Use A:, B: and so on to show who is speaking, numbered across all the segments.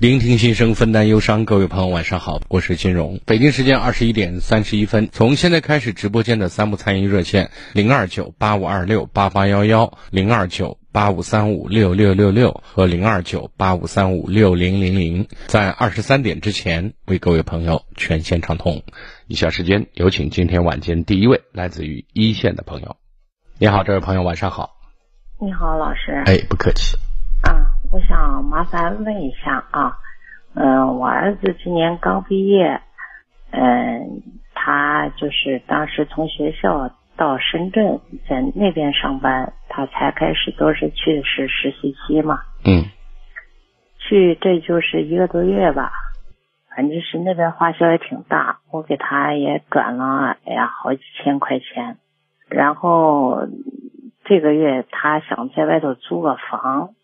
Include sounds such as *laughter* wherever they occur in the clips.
A: 聆听心声，分担忧伤。各位朋友，晚上好，我是金荣。北京时间二十一点三十一分，从现在开始，直播间的三部参与热线：零二九八五二六八八幺幺、零二九八五三五六六六六和零二九八五三五六零零零，在二十三点之前为各位朋友全线畅通。以下时间有请今天晚间第一位来自于一线的朋友。你好，这位朋友，晚上好。
B: 你好，老师。
A: 哎，不客气。
B: 啊，我想麻烦问一下啊，嗯、我儿子今年刚毕业，嗯、他就是当时从学校到深圳，在那边上班，他才开始都是去是实习期嘛，
A: 嗯
B: 去这就是一个多月吧，反正是那边花销也挺大，我给他也转了，哎呀，好几千块钱。然后这个月他想在外头租个房，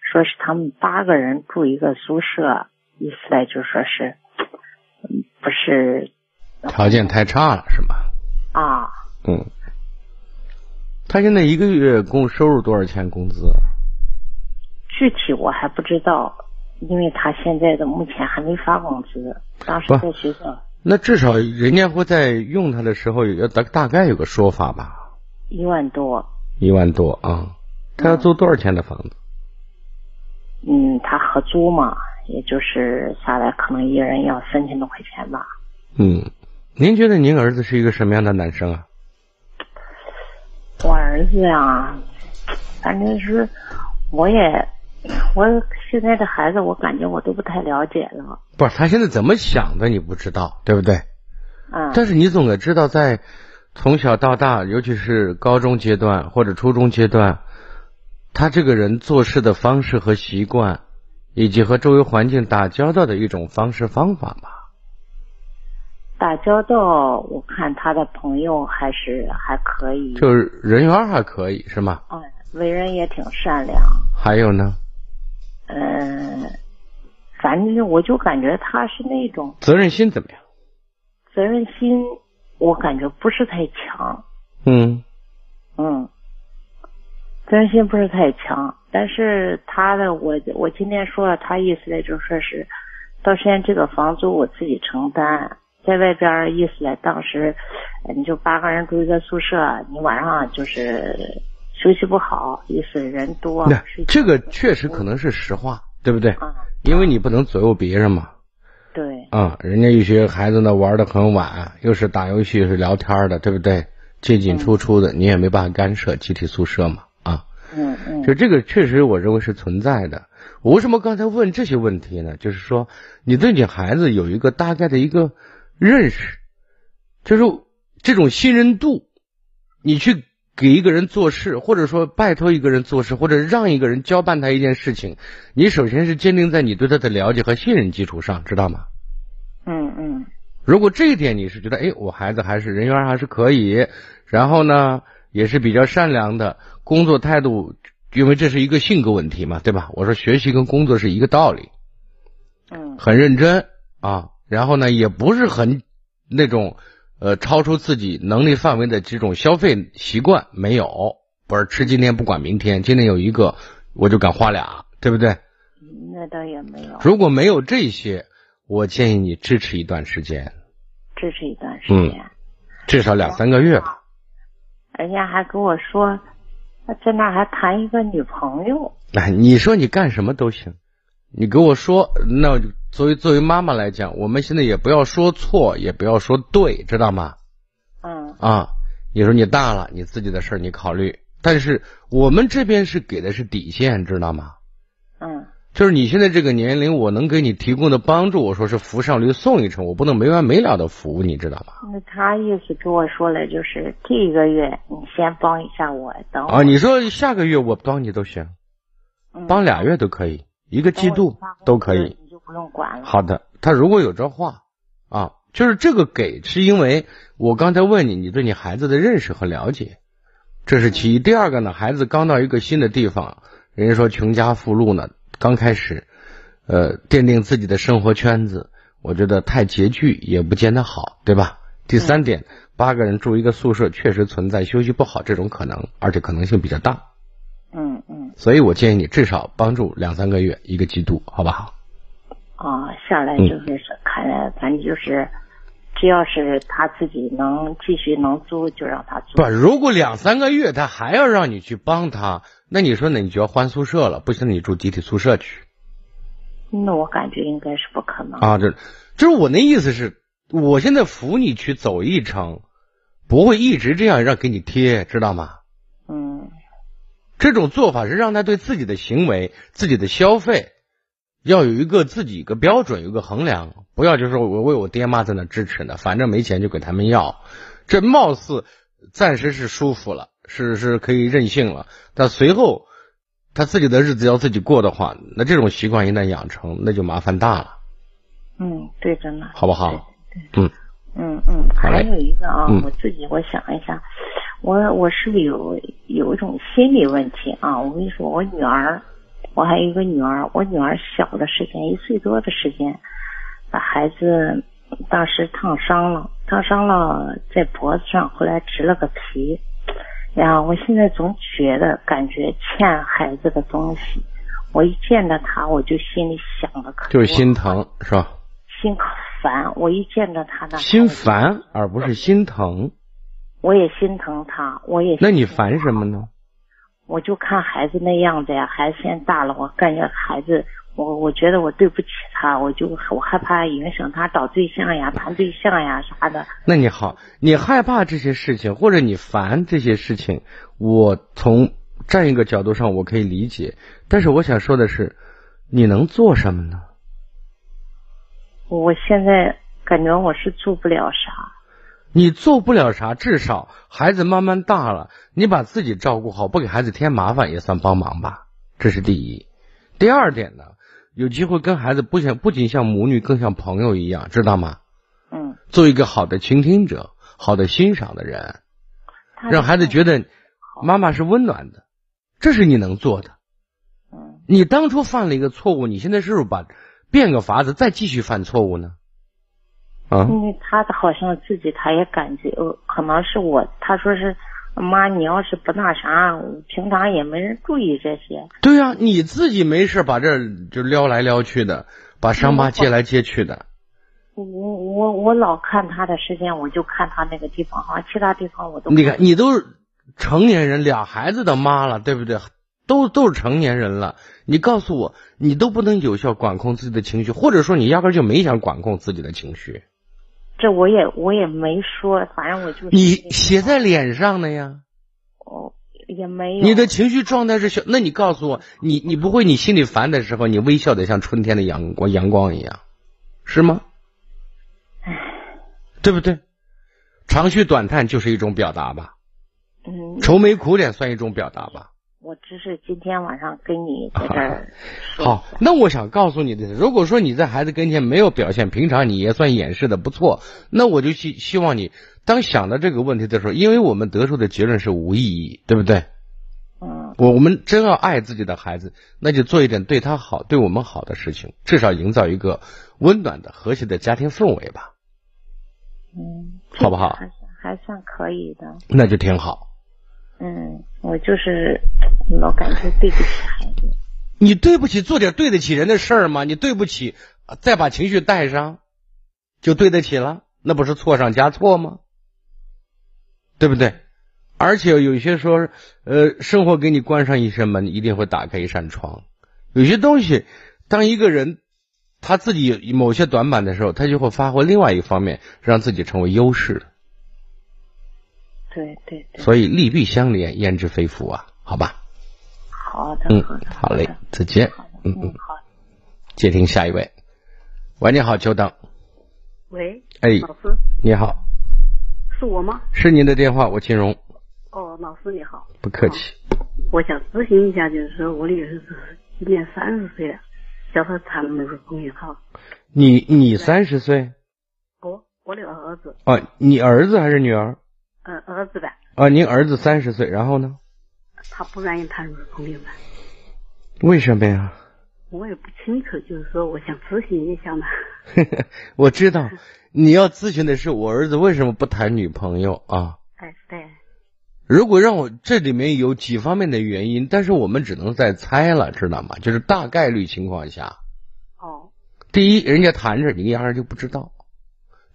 B: 说是他们八个人住一个宿舍，意思来就说是，嗯不是
A: 条件太差了是吗？
B: 啊，
A: 嗯，他现在一个月共收入多少钱工资啊？
B: 具体我还不知道，因为他现在的目前还没发工资，当时
A: 不
B: 在学校，
A: 那至少人家会在用他的时候也大大概有个说法吧，
B: 一万多，
A: 一万多啊。他要租多少钱的房子？
B: 嗯，他合租嘛，也就是下来可能一人要三千多块钱吧。
A: 嗯，您觉得您儿子是一个什么样的男生啊？
B: 我儿子呀，反正是我也，我现在的孩子，我感觉我都不太了解了。
A: 不是，他现在怎么想的你不知道，对不对？
B: 嗯，
A: 但是你总得知道，在从小到大，尤其是高中阶段或者初中阶段，他这个人做事的方式和习惯，以及和周围环境打交道的一种方式方法吧。
B: 打交道，我看他的朋友还是还可以，
A: 就是人缘还可以是吗？
B: 嗯，为人也挺善良。
A: 还有呢，
B: 嗯，反正我就感觉他是那种
A: 责任心怎么样？
B: 责任心，我感觉不是太强。
A: 嗯，
B: 嗯，责任心不是太强，但是他的我我今天说了，他意思呢就说是，到现在这个房租我自己承担，在外边儿意思呢，当时呃你就八个人住一个宿舍，你晚上就是休息不好，意思人多
A: 那，
B: 睡觉
A: 这个确实可能是实话，对不对？
B: 啊，
A: 因为你不能左右别人嘛。
B: 对
A: 啊、人家有些孩子呢玩的很晚，又是打游戏，又是聊天的，对不对？进进出出的，你也没办法干涉集体宿舍嘛。啊，
B: 嗯嗯
A: 就这个确实我认为是存在的。我为什么刚才问这些问题呢？就是说，你对你孩子有一个大概的一个认识，就是这种信任度，你去给一个人做事，或者说拜托一个人做事，或者让一个人交办他一件事情，你首先是坚定在你对他的了解和信任基础上，知道吗？
B: 嗯嗯
A: 如果这一点你是觉得，哎，我孩子还是人缘还是可以，然后呢，也是比较善良的，工作态度，因为这是一个性格问题嘛，对吧？我说学习跟工作是一个道理，
B: 嗯
A: 很认真啊，然后呢，也不是很那种呃超出自己能力范围的几种消费习惯没有，不是吃今天不管明天，今天有一个我就敢花俩，对不对？
B: 嗯，那倒也没有，
A: 如果没有这些，我建议你支持一段时间，
B: 支持一段时
A: 嗯
B: 间。
A: 至少两三个月吧。嗯
B: 人家还跟我说，他在那儿还谈一个女朋友。
A: 哎，你说你干什么都行，你给我说，那我就作为作为妈妈来讲，我们现在也不要说错，也不要说对，知道吗？
B: 嗯
A: 啊，你说你大了，你自己的事儿你考虑，但是我们这边是给的是底线，知道吗？
B: 嗯
A: 就是你现在这个年龄，我能给你提供的帮助，我说是扶上驴送一程，我不能没完没了的服务，你知道吗？
B: 那他意思跟我说了，就是这个月你先帮一下我，等我
A: 啊，你说下个月我帮你都行，
B: 嗯
A: 帮俩月都可以，一个
B: 等
A: 季
B: 我
A: 度
B: 发工
A: 都可
B: 资
A: 以。
B: 你就不用管了。
A: 好的，他如果有这话啊，就是这个给，是因为我刚才问你，你对你孩子的认识和了解，这是其一。第二个呢，孩子刚到一个新的地方，人家说穷家富路呢，刚开始，呃，奠定自己的生活圈子，我觉得太拮据也不见得好，对吧？第三点，八个人住一个宿舍，确实存在休息不好这种可能，而且可能性比较大。
B: 嗯嗯，
A: 所以我建议你至少帮助两三个月，一个季度，好不好？
B: 哦，下来
A: 嗯
B: 就是说看来反正就是，只要是他自己能继续能租，就让他租
A: 不，。如果两三个月他还要让你去帮他，那你说呢？你就要换宿舍了，不行你住集体宿舍去
B: 那我感觉应该是不可能。
A: 啊！这，就是我那意思是，我现在扶你去走一程，不会一直这样让给你贴，知道吗？
B: 嗯
A: 这种做法是让他对自己的行为、自己的消费要有一个自己一个标准，有一个衡量，不要就是我为我爹妈在那支持呢，反正没钱就给他们要，这貌似暂时是舒服了，是是可以任性了，但随后他自己的日子要自己过的话，那这种习惯一旦养成，那就麻烦大了，
B: 嗯，对着呢。
A: 好不好？嗯，
B: 嗯嗯，
A: 好
B: 还
A: 嘞
B: 有一个啊，
A: 嗯
B: 我自己我想一下，我我是不是有有一种心理问题啊？我跟你说，我女儿，我还有一个女儿，我女儿小的时间，一岁多的时间，把孩子当时烫伤了，烫伤了在脖子上，后来植了个皮。呀，我现在总觉得感觉欠孩子的东西，我一见到他，我就心里想的可
A: 就是
B: 多
A: 心疼是吧？
B: 心可烦，我一见到他呢，
A: 心烦而不是心疼，
B: 我也心疼他，我也心
A: 那你烦什么呢？
B: 我就看孩子那样子呀，孩子现在大了，我感觉孩子，我我觉得我对不起他，我就我害怕影响他找对象呀、谈对象呀啥的。
A: 那你好，你害怕这些事情，或者你烦这些事情，我从站一个角度上我可以理解，但是我想说的是，你能做什么呢？
B: 我现在感觉我是做不了啥，
A: 你做不了啥，至少孩子慢慢大了，你把自己照顾好，不给孩子添麻烦也算帮忙吧，这是第一。第二点呢，有机会跟孩子不像不仅像母女，更像朋友一样，知道吗？
B: 嗯，
A: 做一个好的倾听者，好的欣赏的人。
B: 他
A: 让孩子觉得妈妈是温暖的，这是你能做的。
B: 嗯
A: 你当初犯了一个错误，你现在是不是把变个法子再继续犯错误呢？啊，
B: 因为嗯他好像自己他也感觉，呃，可能是我，他说是妈，你要是不那啥，平常也没人注意这些，
A: 对呀、你自己没事把这儿就撩来撩去的，把伤
B: 嗯
A: 疤揭来揭去的，
B: 我我我老看他的时间，我就看他那个地方，好像其他地方我都
A: 你看你都成年人俩孩子的妈了，对不对？都都是成年人了，你告诉我，你都不能有效管控自己的情绪，或者说你压根儿就没想管控自己的情绪，
B: 这我也我也没说，反正我就是
A: 你写在脸上的呀。
B: 哦也没有
A: 你的情绪状态是小，那你告诉我，你你不会你心里烦的时候，你微笑的像春天的阳光阳光一样，是吗？对不对？长吁短叹就是一种表达吧，
B: 嗯，
A: 愁眉苦脸算一种表达吧。
B: 我只是今天晚上跟你在这儿说
A: 啊好，那我想告诉你的是，如果说你在孩子跟前没有表现，平常你也算掩饰的不错，那我就希希望你当想到这个问题的时候，因为我们得出的结论是无意义，对不对？
B: 嗯
A: 我我们真要爱自己的孩子，那就做一点对他好、对我们好的事情，至少营造一个温暖的、和谐的家庭氛围吧，
B: 嗯，
A: 好不好
B: 还算还算可以的，
A: 那就挺好。
B: 嗯，我就是老感觉对不起孩子，
A: 你对不起，做点对得起人的事儿嘛，你对不起，呃再把情绪带上，就对得起了，那不是错上加错吗？对不对？而且有些时候，呃，生活给你关上一扇门，一定会打开一扇窗。有些东西，当一个人他自己有某些短板的时候，他就会发挥另外一方面，让自己成为优势的。
B: 对对对，
A: 所以利弊相连，焉知非福啊？好吧，
B: 好的，
A: 嗯
B: 好的，，
A: 好嘞
B: 的，
A: 再见
B: 好的，
A: 嗯
B: 嗯
A: 嗯，，
B: 好。
A: 接听下一位。喂，你好，久等。
C: 喂，
A: 哎，
C: 老师，
A: 你好，
C: 是我吗？
A: 是您的电话，我金荣，
C: 哦，老师你好，
A: 不客气。
C: 我想咨询一下，就是说我女儿是今年三十岁了，叫她查那个公众号。
A: 你你三十岁
C: 我我有个儿子，
A: 啊？你儿子还是女儿
C: 呃，儿子吧，
A: 啊？您儿子三十岁，然后呢？
C: 他不愿意谈入公众吧，
A: 为什么呀？
C: 我也不清楚，就是说我想咨询一下嘛。
A: 我知道你要咨询的是我儿子为什么不谈女朋友啊？
C: 哎，对，
A: 如果让我这里面有几方面的原因，但是我们只能再猜了，知道吗？就是大概率情况下，
C: 哦，
A: 第一，人家谈着你压根儿就不知道；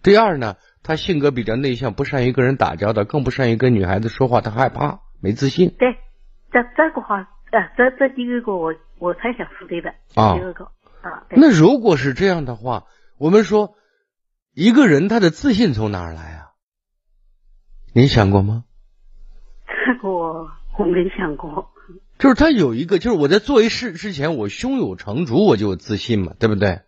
A: 第二呢，他性格比较内向，不善于跟人打交道，更不善于跟女孩子说话，他害怕，没自信
C: 对，这这个话，呃，这这第一个我我猜想是对的，
A: 啊。
C: 第二个啊，对，
A: 那如果是这样的话，我们说一个人他的自信从哪儿来啊？您想过吗？
C: 这个我我没想过，
A: 就是他有一个，就是我在做一事之前，我胸有成竹，我就有自信嘛，对不对？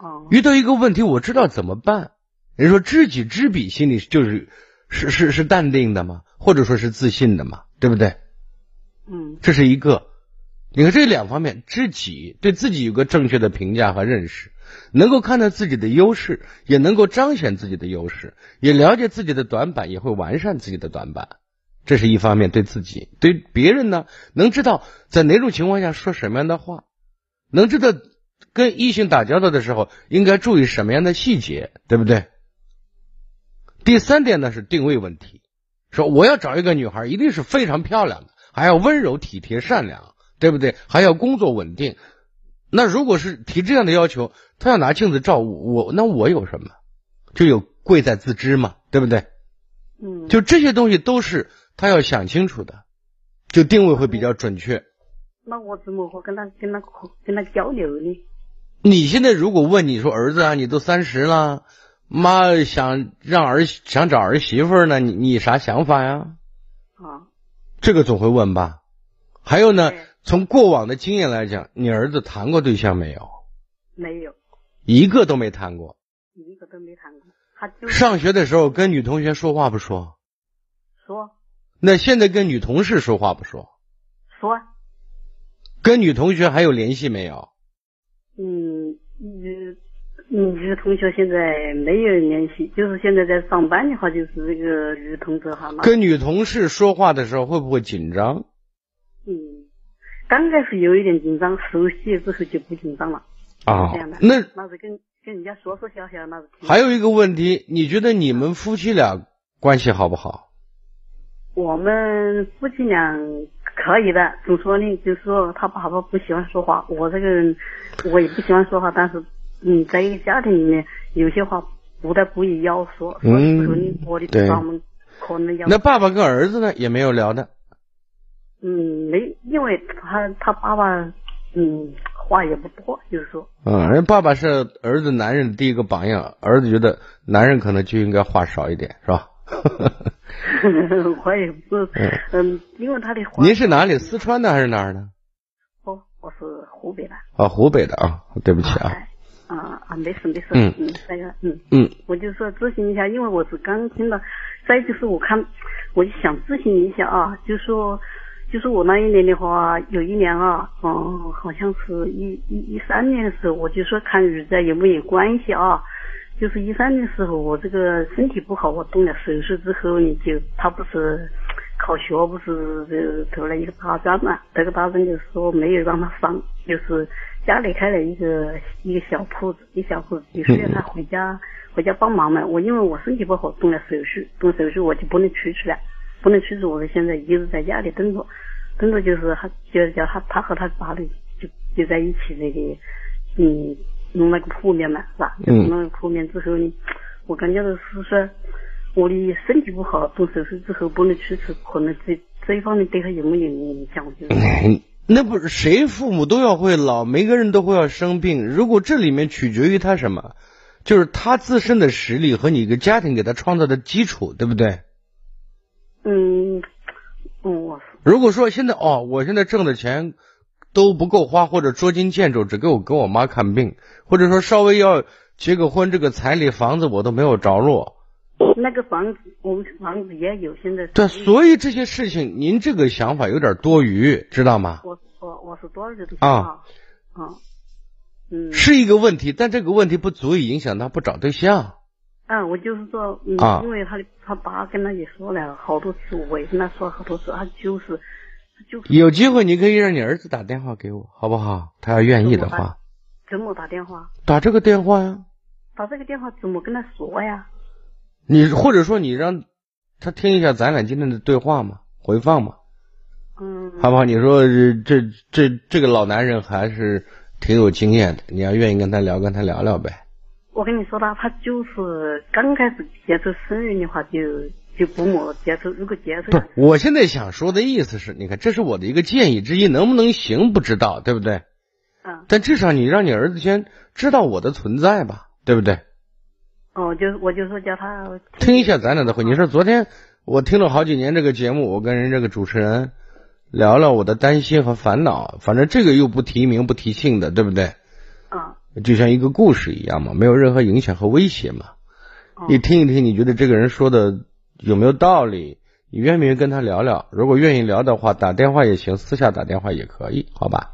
C: 哦，
A: 遇到一个问题，我知道怎么办。人说知己知彼，心里就是是是是淡定的嘛，或者说是自信的嘛，对不对？
C: 嗯，
A: 这是一个。你看这两方面，知己对自己有个正确的评价和认识，能够看到自己的优势，也能够彰显自己的优势，也了解自己的短板，也会完善自己的短板。这是一方面对自己，对别人呢，能知道在哪种情况下说什么样的话，能知道跟异性打交道的时候应该注意什么样的细节，对不对？第三点呢是定位问题，说我要找一个女孩，一定是非常漂亮的，还要温柔体贴善良，对不对？还要工作稳定。那如果是提这样的要求，他要拿镜子照我，我那我有什么？就有贵在自知嘛，对不对？
C: 嗯，
A: 就这些东西都是他要想清楚的，就定位会比较准确。
C: 那我怎么会跟他跟他跟他交流呢？
A: 你现在如果问你说儿子啊，你都三十了，妈想让儿想找儿媳妇儿呢，你你啥想法呀？
C: 啊，
A: 这个总会问吧。还有呢
C: 对，
A: 从过往的经验来讲，你儿子谈过对象没有？
C: 没有，
A: 一个都没谈过。
C: 一个都没谈过。他就
A: 上学的时候跟女同学说话不说？
C: 说
A: 那现在跟女同事说话不说？
C: 说，
A: 跟女同学还有联系没有？
C: 嗯，你你这个同学现在没有联系，就是现在在上班的话，就是这个女同志哈嘛。
A: 跟女同事说话的时候会不会紧张？
C: 嗯，刚开始有一点紧张，熟悉之后就不紧张了，
A: 啊
C: 这样的。
A: 那
C: 那是跟跟人家说说笑笑，那是挺。
A: 还有一个问题，你觉得你们夫妻俩关系好不好？
C: 我们夫妻俩可以的，怎么说呢？就是说他爸爸不喜欢说话，我这个人我也不喜欢说话，但是嗯，在一个家庭里面，有些话不得不也要说，说
A: 嗯
C: 可能我的
A: 对
C: 地方我们可能要
A: 那爸爸跟儿子呢也没有聊的。
C: 嗯没，因为他他爸爸嗯话也不多，就是说 *laughs*
A: 嗯，人爸爸是儿子男人的第一个榜样，儿子觉得男人可能就应该话少一点，是吧？
C: 我也不嗯，因为他的话
A: 您是哪里？四川的还是哪儿的？
C: 我我是湖北的
A: 啊，湖北的啊，对不起啊。
C: 哎啊啊，没事没事，
A: 嗯
C: 嗯，那个嗯。
A: 嗯，
C: 我就说咨询一下，因为我是刚听到，再就是我看，我就想咨询一下啊，就说，就是我那一年的话，有一年啊，嗯，好像是一一一三年的时候，我就说看与这有没有关系啊，就是一三年的时候，我这个身体不好，我动了手术之后呢，就他不是考学不是呃投了一个大专嘛，这个大专就是说没有让他上，就是家里开了一个一个小铺子，一小铺子，有时候他回家回家帮忙嘛，我因为我身体不好动了手术，动手术我就不能出去了，不能出去，我现在一直在家里蹲着，蹲着就是他就是叫他他和他爸的就就在一起那个嗯弄那个铺面嘛是吧？就
A: 嗯
C: 弄那个铺面之后呢，我感觉到是说我的身体不好，动手术之后不能出去，可能这这一方面对他有没有影响？就是
A: 哎那不是谁父母都要会老，每个人都会要生病。如果这里面取决于他什么，就是他自身的实力和你一个家庭给他创造的基础，对不对？
C: 嗯，嗯，我
A: 如果说现在哦，我现在挣的钱都不够花，或者捉襟见肘，只给我给我妈看病，或者说稍微要结个婚，这个彩礼、房子我都没有着落。
C: 那个房子，我们房子也有，现在
A: 对，所以这些事情，您这个想法有点多余，知道吗？
C: 我我我是多少人
A: 啊，
C: 啊，嗯，
A: 是一个问题，但这个问题不足以影响他不找对象。
C: 啊，我就是说，嗯，
A: 啊
C: 因为他的他爸跟他也说了好多次，我也跟他说好多次，他就是他就是
A: 有机会你可以让你儿子打电话给我，好不好？他要愿意的话，
C: 怎么打电话，
A: 打这个电话呀。
C: 打这个电话怎么跟他说呀？
A: 你或者说你让他听一下咱俩今天的对话嘛，回放嘛，
C: 嗯，
A: 好不好？你说呃这这这个老男人还是挺有经验的，你要愿意跟他聊，跟他聊聊呗。
C: 我跟你说啦，他就是刚开始接触生育的话就就不么接触，如果接触
A: 不是，我现在想说的意思是，你看，这是我的一个建议之一，能不能行不知道，对不对？
C: 啊，
A: 但至少你让你儿子先知道我的存在吧，对不对？
C: 哦，就我就说叫他
A: 听一下咱俩的会。你说昨天我听了好几年这个节目，我跟人这个主持人聊聊我的担心和烦恼，反正这个又不提名不提姓的，对不对？
C: 啊，
A: 就像一个故事一样嘛，没有任何影响和威胁嘛。
C: 哦
A: 你听一听，你觉得这个人说的有没有道理？你愿不愿意跟他聊聊？如果愿意聊的话，打电话也行，私下打电话也可以，好吧？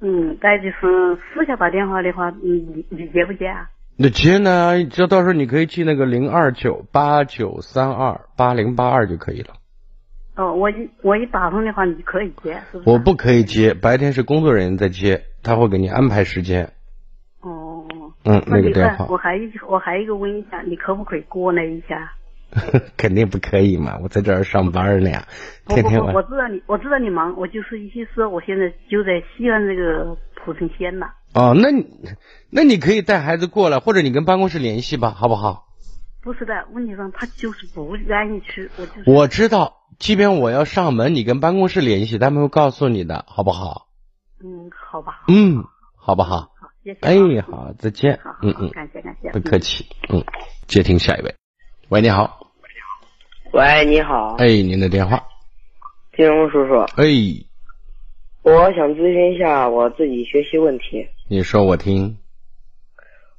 C: 嗯，再就是私下打电话的话，嗯你你接不接啊？
A: 那接呢？这到时候你可以记那个零二九八九三二八零八二就可以了。
C: 哦，我一我一打通的话，你可以接，是不是？
A: 我不可以接，白天是工作人员在接，他会给你安排时间。
C: 哦，
A: 嗯，
C: 那
A: 那个
C: 你
A: 电
C: 看，
A: 话
C: 我还一我还一个问一下，你可不可以过来一下？
A: *laughs* 肯定不可以嘛，我在这儿上班呢，
C: 不
A: 天
C: 不
A: 天
C: 不，我
A: 晚
C: 知道你，我知道你忙，我就是意思说，我现在就在西安这个蒲城县呐。
A: 哦，那你那你可以带孩子过来，或者你跟办公室联系吧，好不好？
C: 不是的，问题上他就是不愿意去，我就是
A: 我知道，即便我要上门，你跟办公室联系，他们会告诉你的，好不好？
C: 嗯，好吧，
A: 嗯，好不好？
C: 好，谢谢啊。
A: 哎
C: 嗯，
A: 好，再见
C: 好。好
A: 嗯
C: 好，
A: 嗯，
C: 感谢感谢，
A: 不客
C: 气。
A: 气。嗯，接听下一位。喂，你好。
D: 喂，你好，
A: 哎，您的电话。
D: 金融叔叔，
A: 哎，
D: 我想咨询一下我自己学习问题。
A: 你说我听。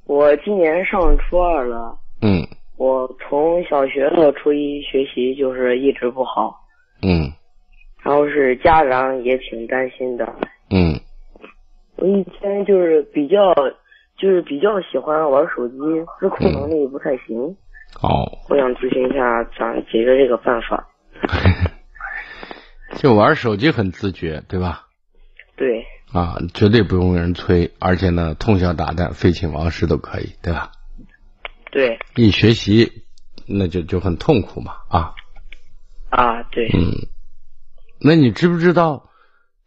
D: 我今年上初二了，
A: 嗯
D: 我从小学到初一学习就是一直不好，
A: 嗯
D: 然后是家长也挺担心的。
A: 嗯
D: 我以前就是比较，就是比较喜欢玩手机，自控能力不太行。
A: 好，
D: 我想咨询一下咋解决这个办法。
A: 就玩手机很自觉，对吧？
D: 对，
A: 啊，绝对不用人催，而且呢，通宵达旦、废寝忘食都可以，对吧？
D: 对，
A: 一学习，那就就很痛苦嘛啊。
D: 啊，对，
A: 嗯，那你知不知道，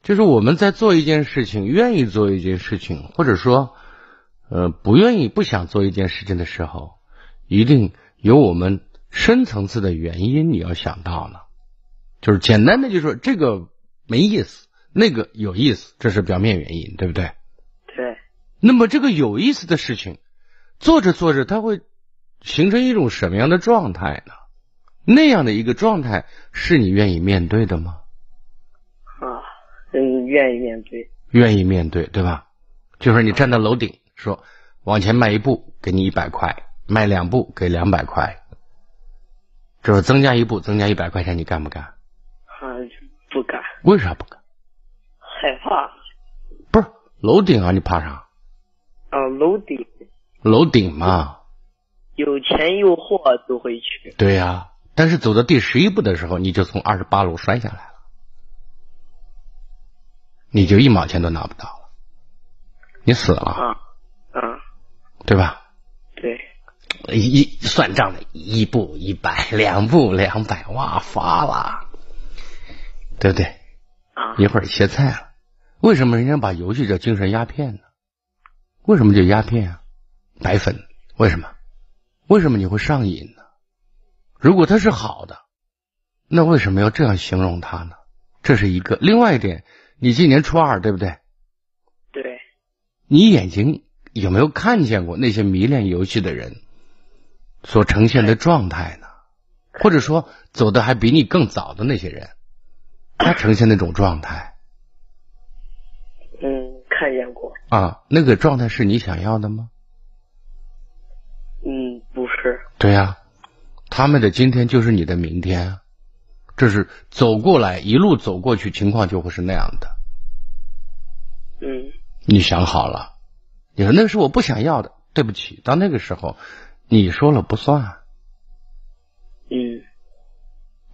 A: 就是我们在做一件事情，愿意做一件事情，或者说，呃，不愿意、不想做一件事情的时候，一定有我们深层次的原因，你要想到呢。就是简单的就说这个没意思，那个有意思，这是表面原因，对不对？
D: 对，
A: 那么这个有意思的事情，做着做着，它会形成一种什么样的状态呢？那样的一个状态是你愿意面对的吗？
D: 啊，嗯，愿意面对。
A: 愿意面对，对吧？就是你站到楼顶说，往前迈一步给你一百块，迈两步给两百块，就是增加一步增加一百块钱，你干不干？
D: 啊，不敢，
A: 为啥不干？
D: 害怕。
A: 不是楼顶啊，你怕啥？
D: 啊，楼顶
A: 楼顶嘛，
D: 有前有后都会去。
A: 对呀、但是走到第十一步的时候，你就从二十八楼摔下来了，你就一毛钱都拿不到了，你死了，
D: 啊啊，
A: 对吧？
D: 对，
A: 一一算账的，一步一百，两步两百，哇，发了，对不对？
D: 啊
A: 一会儿切菜了，为什么人家把游戏叫精神鸦片呢？为什么叫鸦片啊？白粉，为什么？为什么你会上瘾呢？如果它是好的，那为什么要这样形容它呢？这是一个。另外一点，你今年初二，对不对？
D: 对，
A: 你眼睛有没有看见过那些迷恋游戏的人所呈现的状态呢？或者说走的还比你更早的那些人，他呈现那种状态
D: 嗯，看见过，
A: 啊，那个状态是你想要的吗？
D: 嗯，不是，
A: 对呀、他们的今天就是你的明天啊，这是走过来一路走过去，情况就会是那样的。
D: 嗯
A: 你想好了，你说那是我不想要的，对不起，到那个时候你说了不算啊。
D: 嗯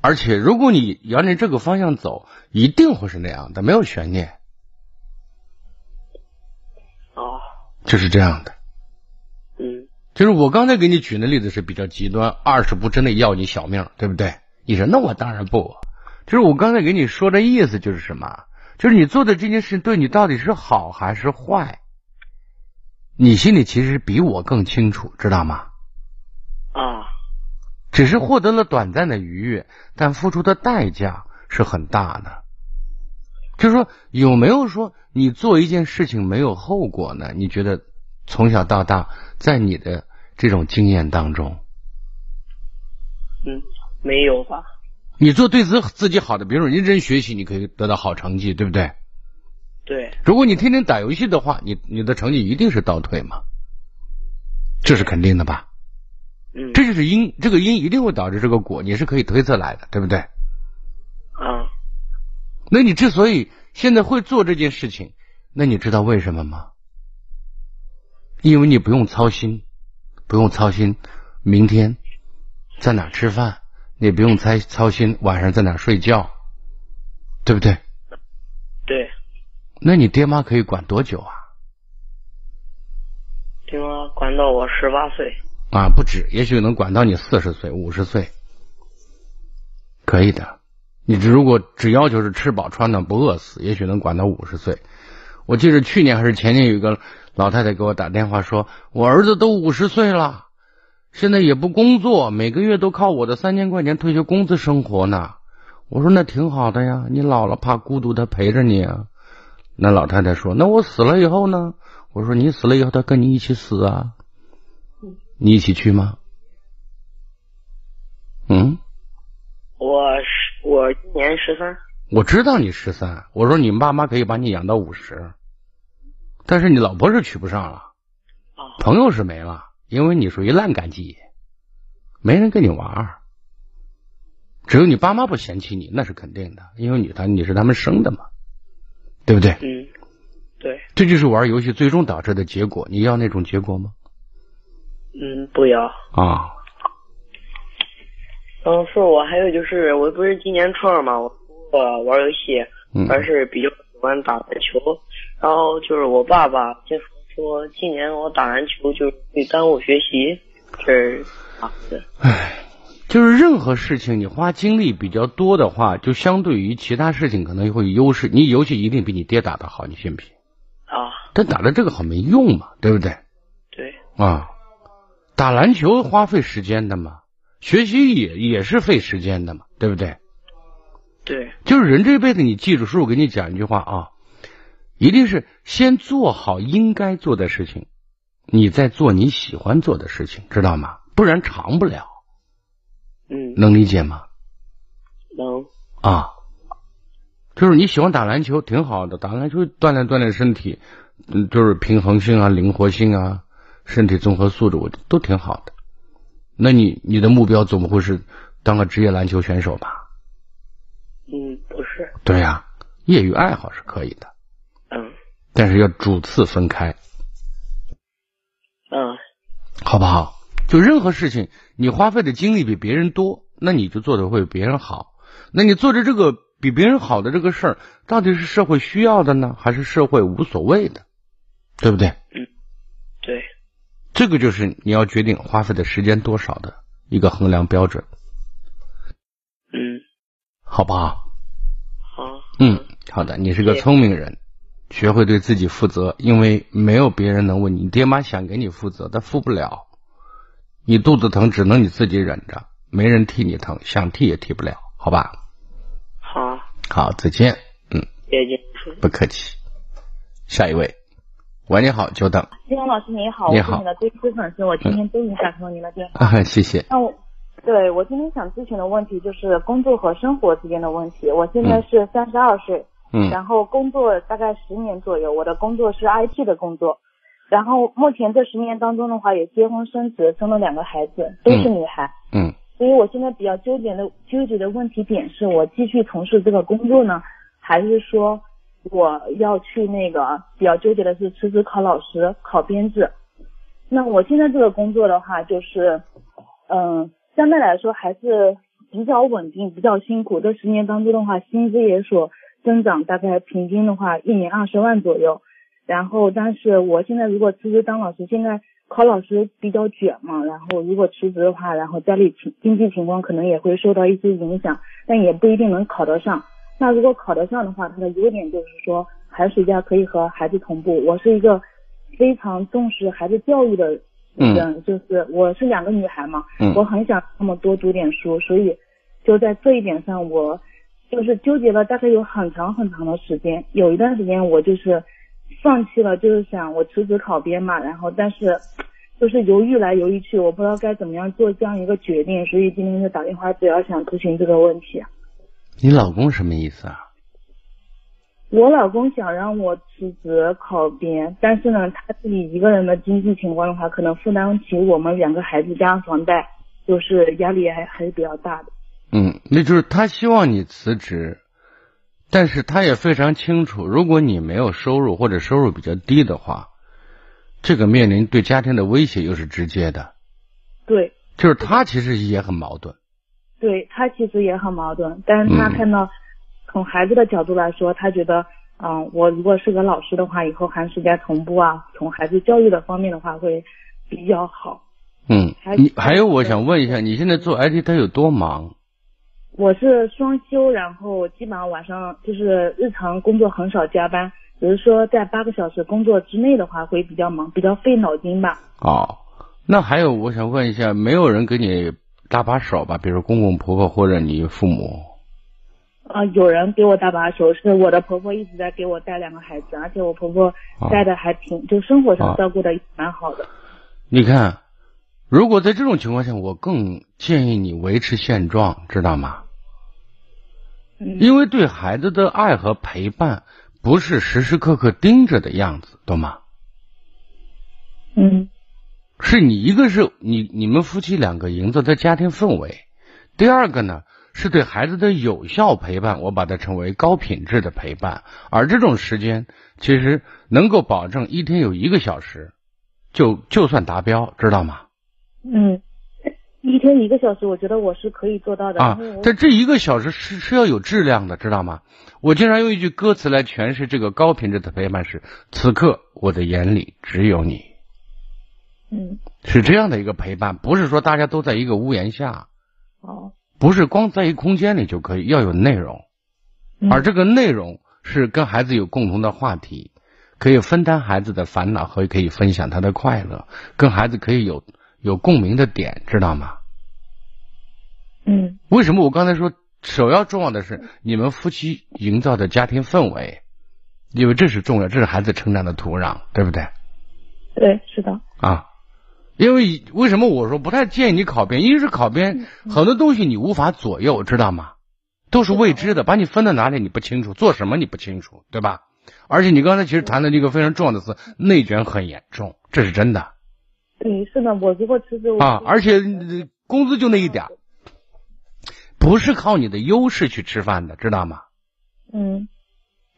A: 而且如果你沿着这个方向走，一定会是那样的，没有悬念，
D: 啊，
A: 就是这样的。
D: 嗯
A: 就是我刚才给你举的例子是比较极端，二十步真的要你小命，对不对？你说那我当然不，就是我刚才给你说的意思就是什么？就是你做的这件事对你到底是好还是坏，你心里其实比我更清楚，知道吗？
D: 啊，
A: 只是获得了短暂的愉悦，但付出的代价是很大的。就是说，有没有说你做一件事情没有后果呢？你觉得从小到大，在你的这种经验当中，
D: 嗯，没有吧？
A: 你做对自自己好的，比如说认真学习，你可以得到好成绩，对不对？
D: 对，
A: 如果你天天打游戏的话，你你的成绩一定是倒退嘛，这是肯定的吧？
D: 嗯
A: 这就是因，这个因一定会导致这个果，你是可以推测来的，对不对？
D: 啊，
A: 那你之所以现在会做这件事情，那你知道为什么吗？因为你不用操心，不用操心明天在哪儿吃饭，你也不用操操心晚上在哪儿睡觉，对不对？
D: 对，
A: 那你爹妈可以管多久啊？
D: 爹妈管到我十八岁，
A: 啊，不止，也许能管到你四十岁、五十岁，可以的。你只如果只要求是吃饱穿暖不饿死，也许能管到五十岁。我记得去年还是前年，有一个老太太给我打电话说，我儿子都五十岁了，现在也不工作，每个月都靠我的三千块钱退休工资生活呢。我说那挺好的呀，你老了怕孤独，他陪着你啊。那老太太说，那我死了以后呢？我说你死了以后，他跟你一起死啊。你一起去吗？嗯，
D: 我十我今年十三，
A: 我知道你十三，我说你爸妈可以把你养到五十，但是你老婆是娶不上了，
D: 啊
A: 朋友是没了，因为你属于烂感激，没人跟你玩儿。只有你爸妈不嫌弃你，那是肯定的，因为你他你是他们生的嘛，对不对？
D: 嗯，对，
A: 这就是玩游戏最终导致的结果。你要那种结果吗？
D: 嗯，不要。
A: 啊，
D: 嗯，是我还有就是，我不是今年初二嘛，我除了玩游戏，
A: 嗯
D: 而是比较喜欢打篮球。然后就是我爸爸就说，今年我打篮球就是会耽误学习，这是啊，对，
A: 就是任何事情你花精力比较多的话，就相对于其他事情可能会有优势。你游戏一定比你爹打的好，你信不信？
D: 啊，
A: 但打的这个好没用嘛，对不对？
D: 对，
A: 啊，打篮球花费时间的嘛，学习也也是费时间的嘛，对不对？
D: 对，
A: 就是人这辈子，你记住，叔叔给你讲一句话啊，一定是先做好应该做的事情，你再做你喜欢做的事情，知道吗？不然长不了，
D: 嗯，
A: 能理解吗？
D: 能，
A: 啊，就是你喜欢打篮球，挺好的，打篮球锻炼锻炼身体，嗯，就是平衡性啊、灵活性啊、身体综合素质，我觉得都挺好的。那你你的目标总不会是当个职业篮球选手吧？
D: 嗯，不是，
A: 对呀、业余爱好是可以的，
D: 嗯
A: 但是要主次分开，
D: 嗯
A: 好不好？就任何事情，你花费的精力比别人多，那你就做的会比别人好。那你做的这个比别人好的这个事儿，到底是社会需要的呢，还是社会无所谓的？对不对？
D: 对，
A: 这个就是你要决定花费的时间多少的一个衡量标准，
D: 嗯，
A: 好不好？
D: 好，
A: 嗯，好的，你是个
D: 谢谢
A: 聪明人，学会对自己负责，因为没有别人能为你，你爹妈想给你负责，但负不了。你肚子疼，只能你自己忍着，没人替你疼，想替也替不了，好吧？
D: 好，
A: 好，再见。嗯，
D: 谢谢金主
A: 不客气。下一位，喂，你好，久等。
E: 金勇老师您好，
A: 你好
E: 我是你的忠实粉丝，我天天都能打通您的电话。
A: 啊，谢谢。
E: 那我哦对我今天想咨询的问题就是工作和生活之间的问题。我现在是三十二岁，
A: 嗯
E: 然后工作大概十年左右，我的工作是 IT 的工作。然后目前这十年当中的话，也结婚生子，生了两个孩子，都是
A: 嗯
E: 女孩。
A: 嗯
E: 所以我现在比较纠结的纠结的问题点是我继续从事这个工作呢，还是说我要去那个比较纠结的是辞职考老师、考编制。那我现在这个工作的话，就是嗯、相对来说还是比较稳定、比较辛苦。这十年当中的话，薪资也所增长，大概平均的话一年二十万左右。然后，但是我现在如果辞职当老师，现在考老师比较卷嘛，然后如果辞职的话，然后家里情经济情况可能也会受到一些影响，但也不一定能考得上。那如果考得上的话，它的优点就是说寒暑假可以和孩子同步。我是一个非常重视孩子教育的人，就是我是两个女孩嘛，
A: 嗯
E: 我很想那么多读点书，所以就在这一点上，我就是纠结了大概有很长很长的时间。有一段时间我就是放弃了，就是想我辞职考编嘛，然后但是就是犹豫来犹豫去，我不知道该怎么样做这样一个决定，所以今天就打电话主要想咨询这个问题。
A: 你老公什么意思啊？
E: 我老公想让我辞职考编，但是呢，他自己一个人的经济情况的话，可能负担不起我们两个孩子加上房贷，就是压力还还是比较大的。
A: 嗯，那就是他希望你辞职，但是他也非常清楚，如果你没有收入或者收入比较低的话，这个面临对家庭的威胁又是直接的。
E: 对，
A: 就是他其实也很矛盾。
E: 对他其实也很矛盾，但是他
A: 嗯
E: 看到从孩子的角度来说，他觉得，嗯、我如果是个老师的话，以后寒暑假同步啊，从孩子教育的方面的话会比较好。
A: 嗯
E: 还，
A: 你还有我想问一下，你现在做 IT 他有多忙？
E: 我是双休，然后基本上晚上就是日常工作很少加班，只是说在八个小时工作之内的话会比较忙，比较费脑筋吧。
A: 哦，那还有我想问一下，没有人给你搭把手吧？比如公公婆婆或者你父母？
E: 呃，有人给我搭把手，是我的婆婆一直在给我带两个孩子，而且我婆婆
A: 哦
E: 带的还挺，就生活
A: 哦
E: 上照顾的蛮好
A: 啊
E: 的。
A: 你看，如果在这种情况下，我更建议你维持现状，知道吗？
E: 嗯
A: 因为对孩子的爱和陪伴，不是时时刻刻盯着的样子，懂吗？
E: 嗯。
A: 是你一个是你你们夫妻两个营造的家庭氛围，第二个呢是对孩子的有效陪伴，我把它称为高品质的陪伴。而这种时间其实能够保证一天有一个小时，就就算达标，知道吗？
E: 嗯，一天一个小时，我觉得我是可以做到的。
A: 啊
E: 因为，我
A: 但这一个小时是是要有质量的，知道吗？我经常用一句歌词来诠释这个高品质的陪伴是：此刻我的眼里只有你。
E: 嗯，
A: 是这样的一个陪伴，不是说大家都在一个屋檐下，
E: 哦，
A: 不是光在一空间里就可以，要有内容，
E: 嗯
A: 啊而这个内容是跟孩子有共同的话题，可以分担孩子的烦恼和可以分享他的快乐，跟孩子可以有有共鸣的点，知道吗？
E: 嗯
A: 为什么我刚才说首要重要的是你们夫妻营造的家庭氛围，因为这是重要，这是孩子成长的土壤，对不对？
E: 对，是的，
A: 啊，因为为什么我说不太建议你考编？一是考编很多东西你无法左右，知道吗？都是未知的，把你分到哪里你不清楚，做什么你不清楚，对吧？而且你刚才其实谈的这个非常重要的词，内卷很严重，这是真的
E: 对，是的。我如果辞职，我
A: 啊！而且呃工资就那一点儿，不是靠你的优势去吃饭的，知道吗？
E: 嗯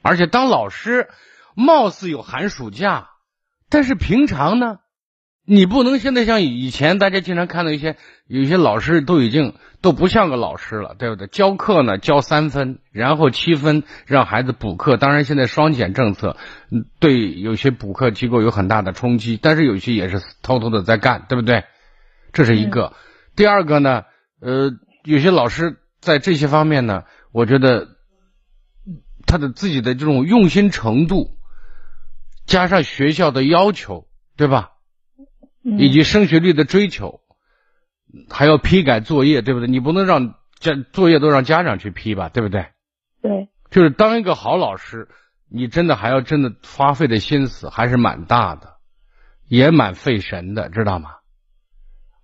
A: 而且当老师，貌似有寒暑假，但是平常呢，你不能现在像以前大家经常看到一些有一些老师都已经都不像个老师了，对不对？教课呢教三分，然后七分让孩子补课。当然，现在双减政策嗯对有些补课机构有很大的冲击，但是有些也是偷偷的在干，对不对？这是一个。第二个呢，呃，有些老师在这些方面呢，我觉得他的自己的这种用心程度，加上学校的要求，对吧？
E: 嗯
A: 以及升学率的追求，还要批改作业，对不对？你不能让家作业都让家长去批吧，对不对？
E: 对，
A: 就是当一个好老师，你真的还要真的花费的心思还是蛮大的，也蛮费神的，知道吗？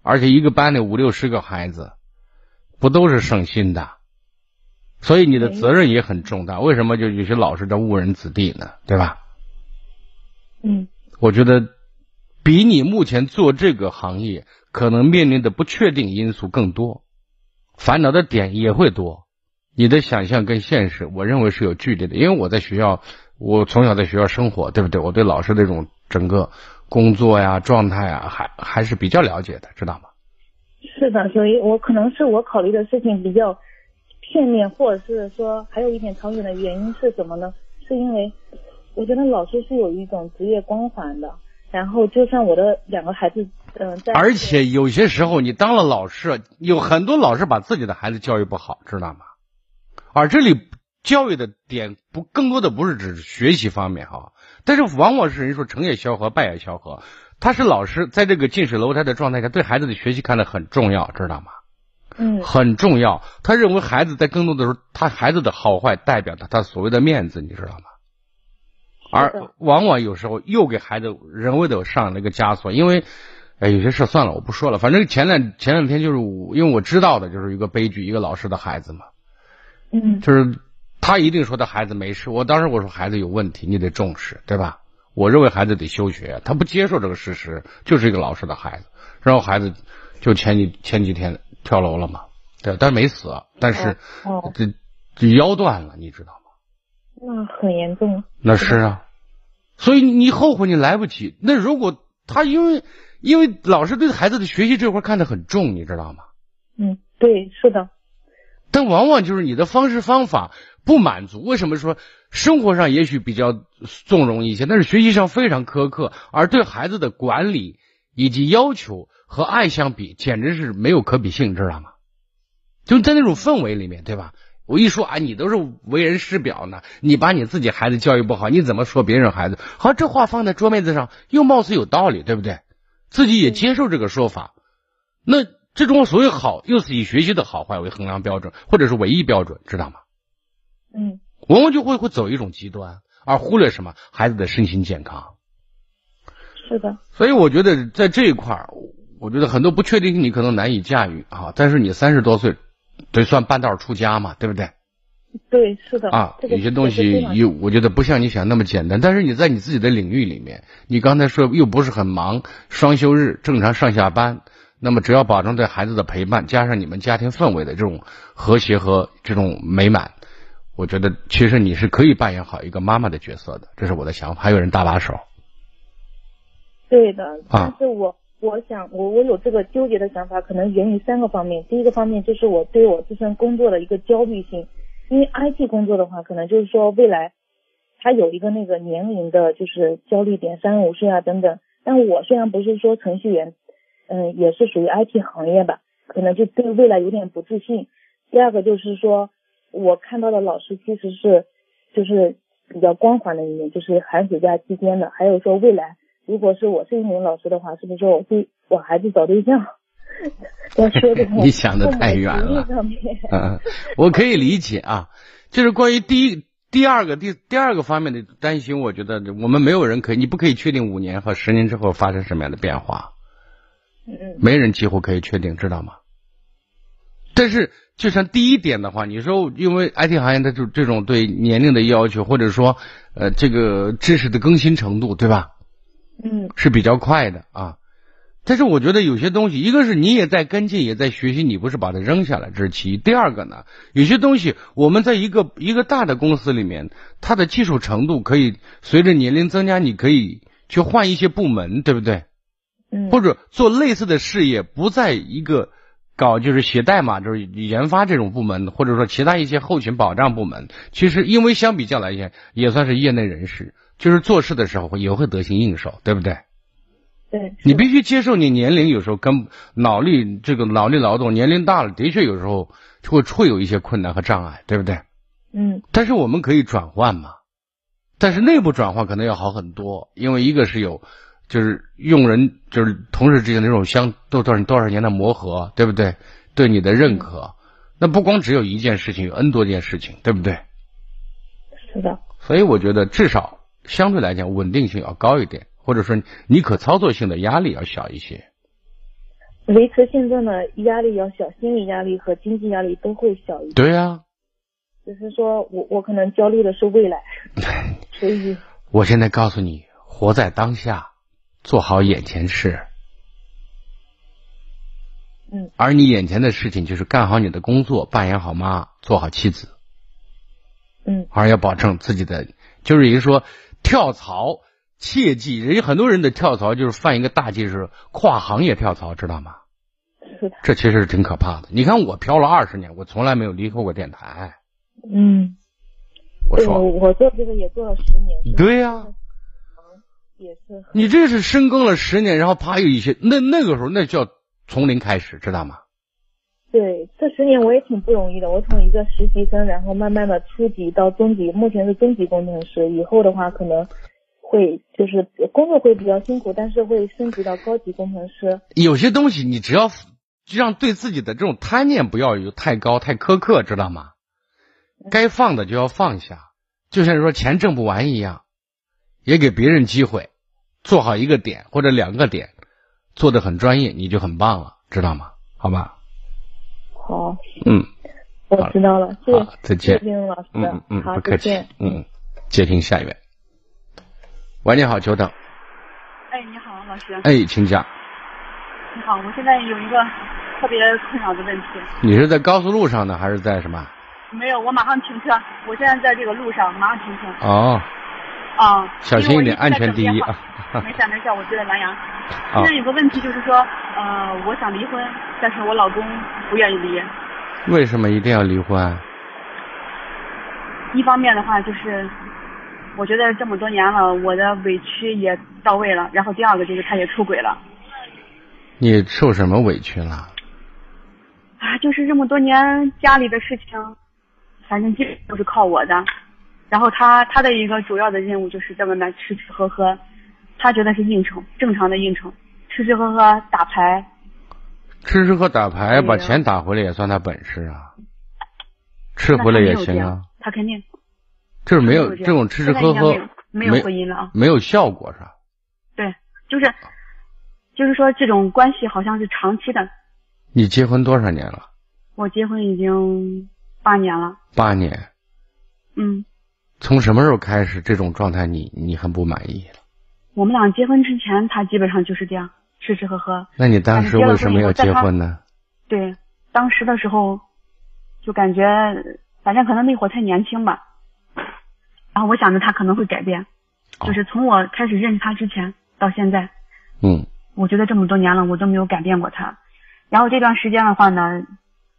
A: 而且一个班里五六十个孩子，不都是省心的？所以你的责任也很重大。为什么就有些老师叫误人子弟呢？对吧？
E: 嗯
A: 我觉得比你目前做这个行业可能面临的不确定因素更多，烦恼的点也会多。你的想象跟现实，我认为是有距离的。因为我在学校，我从小在学校生活，对不对？我对老师这种整个工作呀、状态啊，还还是比较了解的，知道吗？
E: 是的，所以我可能是我考虑的事情比较片面，或者是说还有一点长远的原因是什么呢？是因为我觉得老师是有一种职业光环的，然后就算我的两个孩子，嗯、在
A: 而且有些时候，你当了老师，有很多老师把自己的孩子教育不好，知道吗？而这里教育的点不更多的不是指学习方面哈，但是往往是人说成也萧何，败也萧何。他是老师，在这个近水楼台的状态下，对孩子的学习看得很重要，知道吗？
E: 嗯
A: 很重要。他认为孩子在更多的时候，他孩子的好坏代表他他所谓的面子，你知道吗？
E: 是
A: 而
E: 的
A: 往往有时候又给孩子人为的上了一个枷锁，因为，哎，有些事算了，我不说了。反正前两前两天就是我，因为我知道的就是一个悲剧，一个老师的孩子嘛，
E: 嗯
A: 就是他一定说他孩子没事，我当时我说孩子有问题，你得重视，对吧？我认为孩子得休学，他不接受这个事实，就是一个老师的孩子，然后孩子就前几前几天跳楼了嘛，对，但是没死，但是
E: 哦，
A: 这这腰断了，你知道吗？
E: 那很严重。
A: 那是啊，所以你后悔你来不及。那如果他因为因为老师对孩子的学习这块看得很重，你知道吗？
E: 嗯，对，是的，
A: 但往往就是你的方式方法不满足。为什么说生活上也许比较纵容一些，但是学习上非常苛刻，而对孩子的管理以及要求和爱相比，简直是没有可比性，知道吗？就在那种氛围里面，对吧？我一说啊，你都是为人师表呢，你把你自己孩子教育不好，你怎么说别人孩子？好，这话放在桌面子上，又貌似有道理，对不对？自己也接受这个说法，那这种所谓好，又是以学习的好坏为衡量标准，或者是唯一标准，知道吗？
E: 嗯
A: 往往就会会走一种极端，而忽略什么孩子的身心健康。
E: 是的，
A: 所以我觉得在这一块儿，我觉得很多不确定性你可能难以驾驭啊。但是你三十多岁，得算半道儿出家嘛，对不对？
E: 对，是的
A: 啊，
E: 这个
A: 有些
E: 这
A: 东
E: 个非
A: 西
E: 常
A: 有，我觉得不像你想那么简单。但是你在你自己的领域里面，你刚才说又不是很忙，双休日正常上下班，那么只要保证对孩子的陪伴，加上你们家庭氛围的这种和谐和这种美满，我觉得其实你是可以扮演好一个妈妈的角色的，这是我的想法。还有人搭把手，
E: 对的，但是我、我想我我有这个纠结的想法，可能源于三个方面。第一个方面就是我对我自身工作的一个焦虑性，因为 IT 工作的话，可能就是说未来它有一个那个年龄的，就是焦虑点，三十五岁啊等等。但我虽然不是说程序员，嗯，也是属于 IT 行业吧，可能就对未来有点不自信。第二个就是说，我看到的老师其实是就是比较光环的一面，就是寒暑假期间的，还有说未来如果是我是一名老师的话，是不是我会我孩子找对象？ *laughs* 要说这种
A: *laughs* 你想得太远了
E: 父母的职业上面，
A: 嗯，我可以理解啊，就是关于第一、第二个、第第二个方面的担心，我觉得我们没有人可以，你不可以确定五年和十年之后发生什么样的变化，
E: 嗯
A: 没人几乎可以确定，知道吗？但是，就像第一点的话，你说，因为 IT 行业它就这种对年龄的要求，或者说，呃，这个知识的更新程度，对吧？
E: 嗯
A: 是比较快的啊。但是我觉得有些东西，一个是你也在跟进，也在学习，你不是把它扔下来，这是其一。第二个呢，有些东西我们在一个一个大的公司里面，它的技术程度可以随着年龄增加，你可以去换一些部门，对不对？
E: 嗯，
A: 或者做类似的事业，不在一个搞就是写代码，就是研发这种部门，或者说其他一些后勤保障部门。其实，因为相比较来讲，也算是业内人士，就是做事的时候也会得心应手，对不对？
E: 对，是
A: 你
E: 的
A: 必须接受你年龄有时候跟脑力这个脑力劳动，年龄大了的确有时候就会会有一些困难和障碍，对不对？
E: 嗯
A: 但是我们可以转换嘛，但是内部转换可能要好很多，因为一个是有就是用人就是同事之间的这种相多多少多少年的磨合，对不对？对你的认可，那不光只有一件事情，有 N 多件事情，对不对？
E: 是的，
A: 所以我觉得至少相对来讲稳定性要高一点，或者说你可操作性的压力要小一些。
E: 维持现状的压力要小，心理压力和经济压力都会小一点。
A: 对呀、
E: 只是说我我可能焦虑的是未
A: *laughs*
E: 来，所以
A: 我现在告诉你，活在当下，做好眼前事。
E: 嗯，
A: 而你眼前的事情就是干好你的工作，扮演好妈，做好妻子，
E: 嗯
A: 而要保证自己的，就是也就是说跳槽，切记，人家很多人的跳槽就是犯一个大忌是跨行业跳槽，知道吗？
E: 是的，
A: 这其实是挺可怕的。你看我飘了二十年，我从来没有离开过电台。
E: 嗯，
A: 我
E: 对我
A: 说，
E: 我做这个也做了十年，是吧
A: 对呀、
E: 也是很
A: 你这是深耕了十年，然后啪又一些，那那个时候那叫从零开始，知道吗？
E: 对，这十年我也挺不容易的。我从一个实习生，然后慢慢的初级到中级，目前是中级工程师。以后的话，可能会就是工作会比较辛苦，但是会升级到高级工程师。
A: 有些东西你只要让对自己的这种贪念不要有太高太苛刻，知道吗？该放的就要放下，就像说钱挣不完一样，也给别人机会，做好一个点或者两个点，做的很专业，你就很棒了，知道吗？好吧，
E: 好，
A: 嗯，
E: 我
A: 好了
E: 知道了，谢
A: 好，再
E: 谢
A: 见。
E: 丁老师，
A: 嗯嗯，
E: 好，
A: 不
E: 再
A: 客气
E: 见。，
A: 嗯，接听下一位。喂，你好，久等。
F: 哎，你好，老师，
A: 哎，请讲。
F: 你好，我现在有一个特别困扰的问题，
A: 你是在高速路上呢，还是在什么？
F: 没有，我马上停车，我现在在这个路上，马上停车
A: 哦，
F: 啊。
A: 小心一点，安全第一啊！
F: 因为我直在等电话没事没事，我就在南阳。
A: 啊
F: 现在有个问题就是说，呃，我想离婚，但是我老公不愿意离。
A: 为什么一定要离婚啊？
F: 一方面的话就是，我觉得这么多年了，我的委屈也到位了。然后第二个就是他也出轨了。
A: 你受什么委屈了？
F: 啊，就是这么多年家里的事情，反正基本都是靠我的。然后他他的一个主要的任务就是在外面吃吃喝喝，他觉得是应酬，正常的应酬，吃吃喝喝打牌。
A: 吃吃喝打牌，
F: 对呀
A: 把钱打回来也算他本事啊，吃回来
F: 那
A: 也
F: 他没有这
A: 行
F: 样
A: 啊。
F: 他肯定
A: 就是没
F: 他
A: 有
F: 没有这
A: 这
F: 样
A: 种吃吃喝喝
F: 现在应该，没有没有婚姻了啊
A: 没有效果是吧？
F: 对，就是就是说这种关系好像是长期的。
A: 你结婚多少年了？
F: 我结婚已经八年了，
A: 八年。
F: 嗯，
A: 从什么时候开始这种状态你你很不满意？
F: 我们俩结婚之前他基本上就是这样吃吃喝喝。
A: 那你当时为什么要结婚呢？
F: 对，当时的时候就感觉，反正可能那会儿太年轻吧。然后我想着他可能会改变，
A: 哦
F: 就是从我开始认识他之前到现在，
A: 嗯，
F: 我觉得这么多年了，我都没有改变过他。然后这段时间的话呢，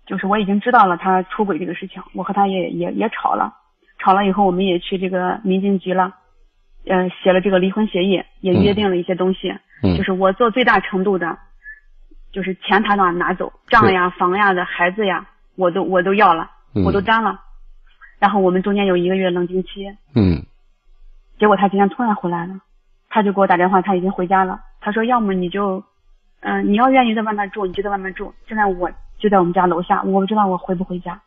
F: 就是我已经知道了他出轨这个事情，我和他也也也吵了，吵了以后我们也去这个民政局了，呃，写了这个离婚协议，也约定了一些东西，
A: 嗯
F: 就是我做最大程度的，就是钱他拿拿走，账呀、房呀的孩子呀，我都我都要了，
A: 嗯
F: 我都担了。然后我们中间有一个月冷静期，
A: 嗯
F: 结果他今天突然回来了，他就给我打电话，他已经回家了。他说，要么你就，嗯、你要愿意在外面住，你就在外面住。现在我就在我们家楼下，我不知道我回不回家。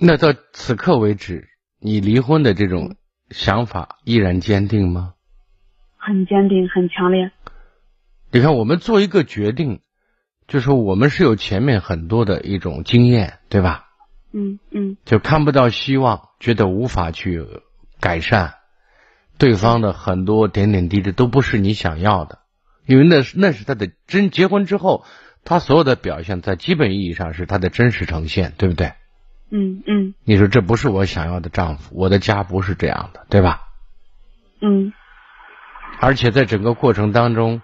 A: 那到此刻为止，你离婚的这种想法依然坚定吗？
F: 很坚定，很强烈。
A: 你看，我们做一个决定，就说我们是有前面很多的一种经验，对吧？
F: 嗯嗯
A: 就看不到希望，觉得无法去改善对方的很多点点滴滴都不是你想要的，因为那是那是他的真结婚之后，他所有的表现在基本意义上是他的真实呈现，对不对？
F: 嗯嗯
A: 你说这不是我想要的丈夫，我的家不是这样的，对吧？
F: 嗯
A: 而且在整个过程当中，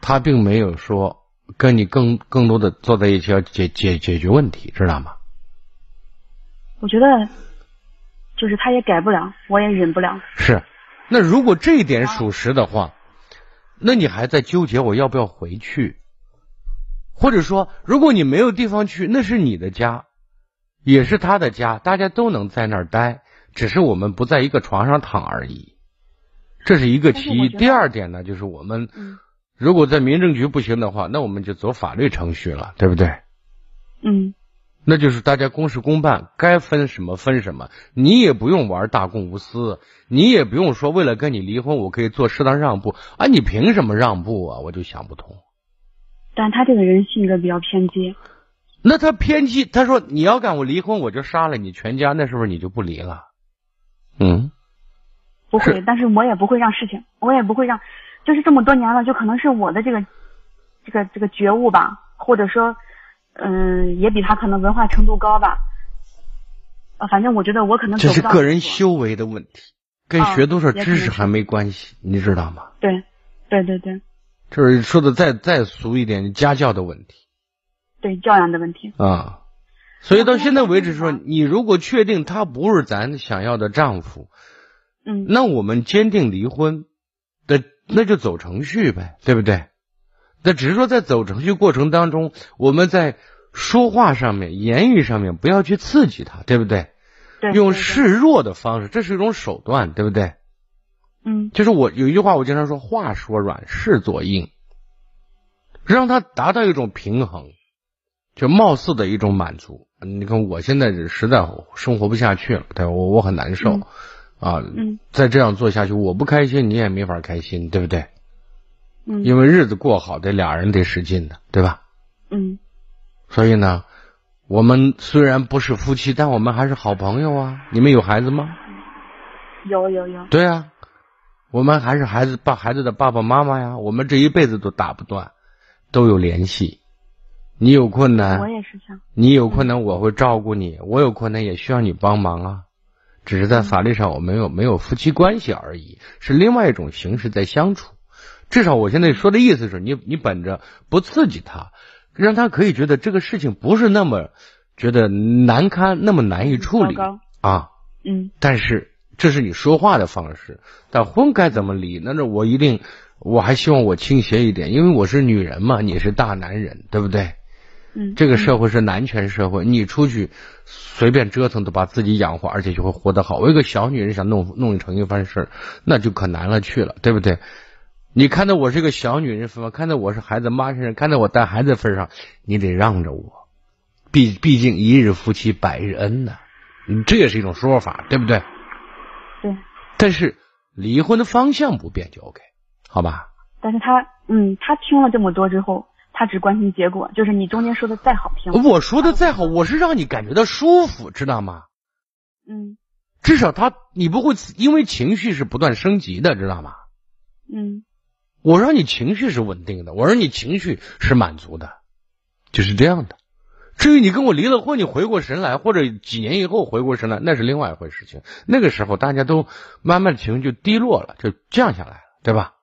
A: 他并没有说跟你更更多的坐在一起要解解解决问题，知道吗？
F: 我觉得，就是他也改不了，我也忍不了。
A: 是。那如果这一点属实的话，那你还在纠结我要不要回去？或者说，如果你没有地方去，那是你的家，也是他的家，大家都能在那儿待，只是我们不在一个床上躺而已。这是一个
F: 但是
A: 其
F: 我
A: 一。
F: 觉得
A: 第二点呢，就是我们
F: 嗯
A: 如果在民政局不行的话，那我们就走法律程序了，对不对？
F: 嗯
A: 那就是大家公事公办，该分什么分什么，你也不用玩大公无私，你也不用说为了跟你离婚，我可以做适当让步啊，你凭什么让步啊？我就想不通。
F: 但他这个人性格比较偏激，
A: 那他偏激，他说你要敢我离婚，我就杀了你全家，那是不是你就不离了？嗯，
F: 不会
A: *laughs* 是，
F: 但是我也不会让事情，我也不会让，就是这么多年了，就可能是我的这个这个这个觉悟吧，或者说，嗯、也比他可能文化程度高吧。呃，反正我觉得我可能
A: 这
F: 走
A: 是
F: 不到
A: 个人
F: 那一步
A: 修为的问题，跟
F: 啊
A: 学多少
F: 也可
A: 知
F: 能
A: 识还没关系，你知道吗？
F: 对，对对对
A: 就是说的再再俗一点，家教的问题
F: 对，教养的问题。
A: 啊。所以到现在为止说，
F: 然后
A: 你如果确定他不是咱想要的丈夫，
F: 嗯，
A: 那我们坚定离婚的，那就走程序呗，对不对？那只是说在走程序过程当中，我们在说话上面、言语上面不要去刺激他，对不对？
F: 对，
A: 用
F: 对对
A: 示弱的方式，这是一种手段，对不对？
F: 嗯
A: 就是我有一句话，我经常说，话说软，事做硬，让他达到一种平衡，就貌似的一种满足。你看，我现在是实在生活不下去了，对我我很难受、
F: 嗯
A: 啊！
F: 嗯
A: 再这样做下去，我不开心，你也没法开心，对不对？
F: 嗯
A: 因为日子过好，得俩人得使劲的，对吧？
F: 嗯
A: 所以呢，我们虽然不是夫妻，但我们还是好朋友啊。你们有孩子吗？
F: 有有有，
A: 对啊，我们还是孩子爸孩子的爸爸妈妈呀，我们这一辈子都打不断，都有联系。你有困
F: 我
A: 难，
F: 也是这样。
A: 你有困难我会照顾你，我有困难也需要你帮忙啊。只是在法律上我没
F: 嗯
A: 有没有夫妻关系而已，是另外一种形式在相处。至少我现在说的意思是你你本着不刺激他，让他可以觉得这个事情不是那么觉得难堪，那么难以处理
F: 糟糕
A: 啊。
F: 嗯
A: 但是这是你说话的方式，但婚该怎么离？那这我一定，我还希望我倾斜一点，因为我是女人嘛，你是大男人，对不对？
F: 嗯，
A: 这个
F: 是
A: 社会是男权社会，你出去随便折腾都把自己养活，而且就会活得好。我一个小女人想弄弄成一番事儿，那就可难了去了，对不对？你看到我是个小女人份上，看到我是孩子妈身上，看到我带孩子份上，你得让着我。毕毕竟一日夫妻百日恩呐、嗯这也是一种说法，对不对？
F: 对，
A: 但是离婚的方向不变就 OK，好吧？
F: 但是他嗯，他听了这么多之后，他只关心结果，就是你中间说的再好听，
A: 我说的再好，我是让你感觉到舒服，知道吗？
F: 嗯
A: 至少他你不会因为情绪是不断升级的，知道吗？
F: 嗯
A: 我让你情绪是稳定的，我让你情绪是满足的，就是这样的。至于你跟我离了婚，你回过神来，或者几年以后回过神来，那是另外一回事情。那个时候大家都慢慢情绪就低落了，就降下来了，对吧？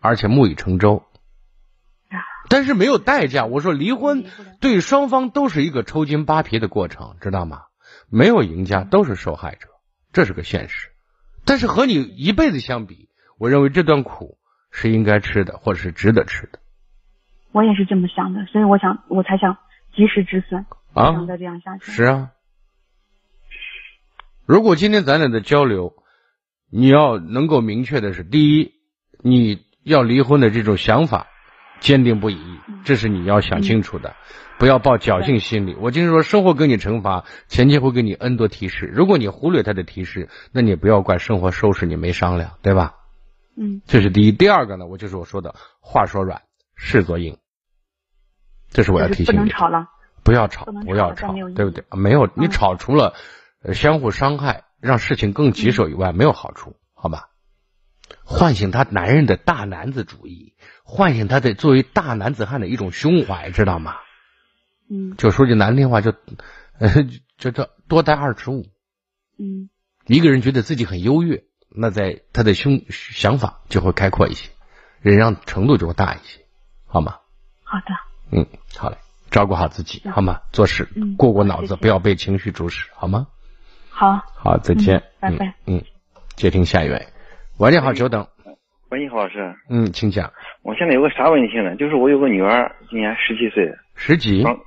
A: 而且木已成舟
F: 啊，
A: 但是没有代价。我说离婚
F: 离不了
A: 对双方都是一个抽筋扒皮的过程，知道吗？没有赢家，都是受害者，这是个现实。但是和你一辈子相比，我认为这段苦是应该吃的，或者是值得吃的
F: 我也是这么想的，所以我想我才想及时止损，不
A: 啊。
F: 想再这样下去。
A: 是啊，如果今天咱俩的交流，你要能够明确的是，第一，你要离婚的这种想法坚定不移，
F: 嗯
A: 这是你要想清楚的，不要抱侥幸心理。我经常说，生活给你惩罚，前期会给你 N 多提示，如果你忽略他的提示，那你也不要怪生活收拾你没商量，对吧？
F: 嗯
A: 这是第一。第二个呢，我就是我说的，话说软，事做硬，这是我要
F: 就
A: 提
F: 是不
A: 醒
F: 能
A: 你的。
F: 吵了。
A: 不要吵
F: 不能，
A: 不
F: 吵
A: 要
F: 了
A: 吵
F: 但没有意，义
A: 对不对？没有，你
F: 嗯
A: 吵除了呃相互伤害，让事情更棘手以
F: 嗯
A: 外，没有好处，好吧？唤醒他男人的大男子主义，唤醒他的作为大男子汉的一种胸怀，知道吗？
F: 嗯
A: 就说句难听话，就， *laughs* 呃，就这多带二尺五。
F: 嗯
A: 一个人觉得自己很优越，那在他的胸想法就会开阔一些，忍让程度就会大一些，好吗？
F: 好的，
A: 嗯，好嘞，照顾好自己，
F: 嗯
A: 好吗？做事
F: 嗯
A: 过过脑子，
F: 谢谢
A: 不要被情绪主使，好吗？
F: 好，
A: 好，再见，
F: 嗯拜拜嗯
A: 嗯。嗯，接听下一位，喂，你好，久等，
G: 喂，你好，老师，
A: 嗯，请讲。
G: 我现在有个啥问题呢？就是我有个女儿，今年十七岁，
A: 十几
G: 刚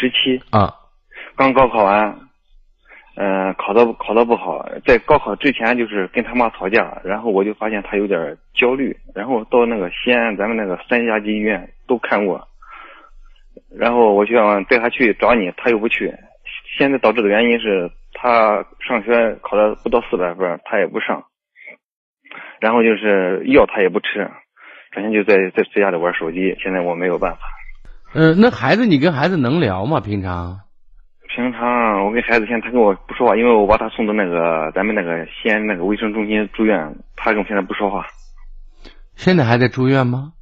G: 十七，
A: 啊？
G: 刚高考完，呃，考的考的不好，在高考之前就是跟他妈吵架，然后我就发现她有点焦虑，然后到那个西安咱们那个三家级医院都看过，然后我就想带她去找你，她又不去，现在导致的原因是她上学考的不到四百分，她也不上，然后就是药她也不吃，整天就在在在家里玩手机，现在我没有办法。
A: 嗯、那孩子，你跟孩子能聊吗？平常？
G: 平常我跟孩子现在他跟我不说话，因为我把他送到那个咱们那个西安那个卫生中心住院，他跟我现在不说话，
A: 现在还在住院吗？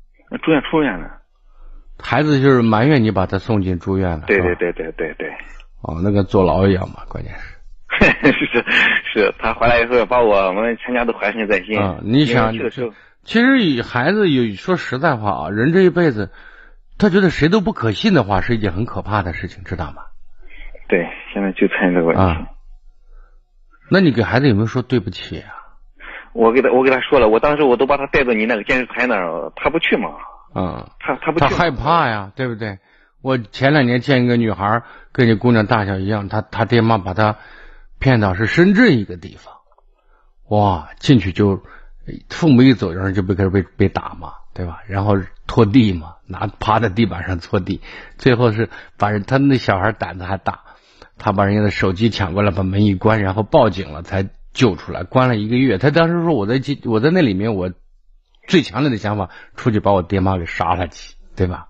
G: 住院出院了。
A: 孩子就是埋怨你把他送进住院了。
G: 对
A: 是吧
G: 对。对对对对， *laughs*
A: 哦，那跟坐牢一样嘛，关键是。
G: 是是，他回来以后把我们全家都怀恨在心。
A: 啊你想
G: 因为去的时候
A: 其实以孩子有说实在话啊，人这一辈子，他觉得谁都不可信的话，是一件很可怕的事情，知道吗？
G: 对，现在就存这个问题。
A: 啊那你给孩子有没有说对不起啊？
G: 我给他我给他说了，我当时我都把他带到你那个健身台那儿，他不去嘛，
A: 嗯，
G: 他他不去
A: 他
G: 嘛，
A: 害怕呀，对不对？我前两年见一个女孩儿，跟这姑娘大小一样，她她爹妈把她骗到是深圳一个地方，哇，进去就父母一走，然后就被开始被被打嘛，对吧？然后拖地嘛，拿趴在地板上拖地，最后是把人他那小孩胆子还大，他把人家的手机抢过来，把门一关，然后报警了才救出来，关了一个月。他当时说我在进我在那里面，我最强烈的想法出去把我爹妈给杀了去，对吧？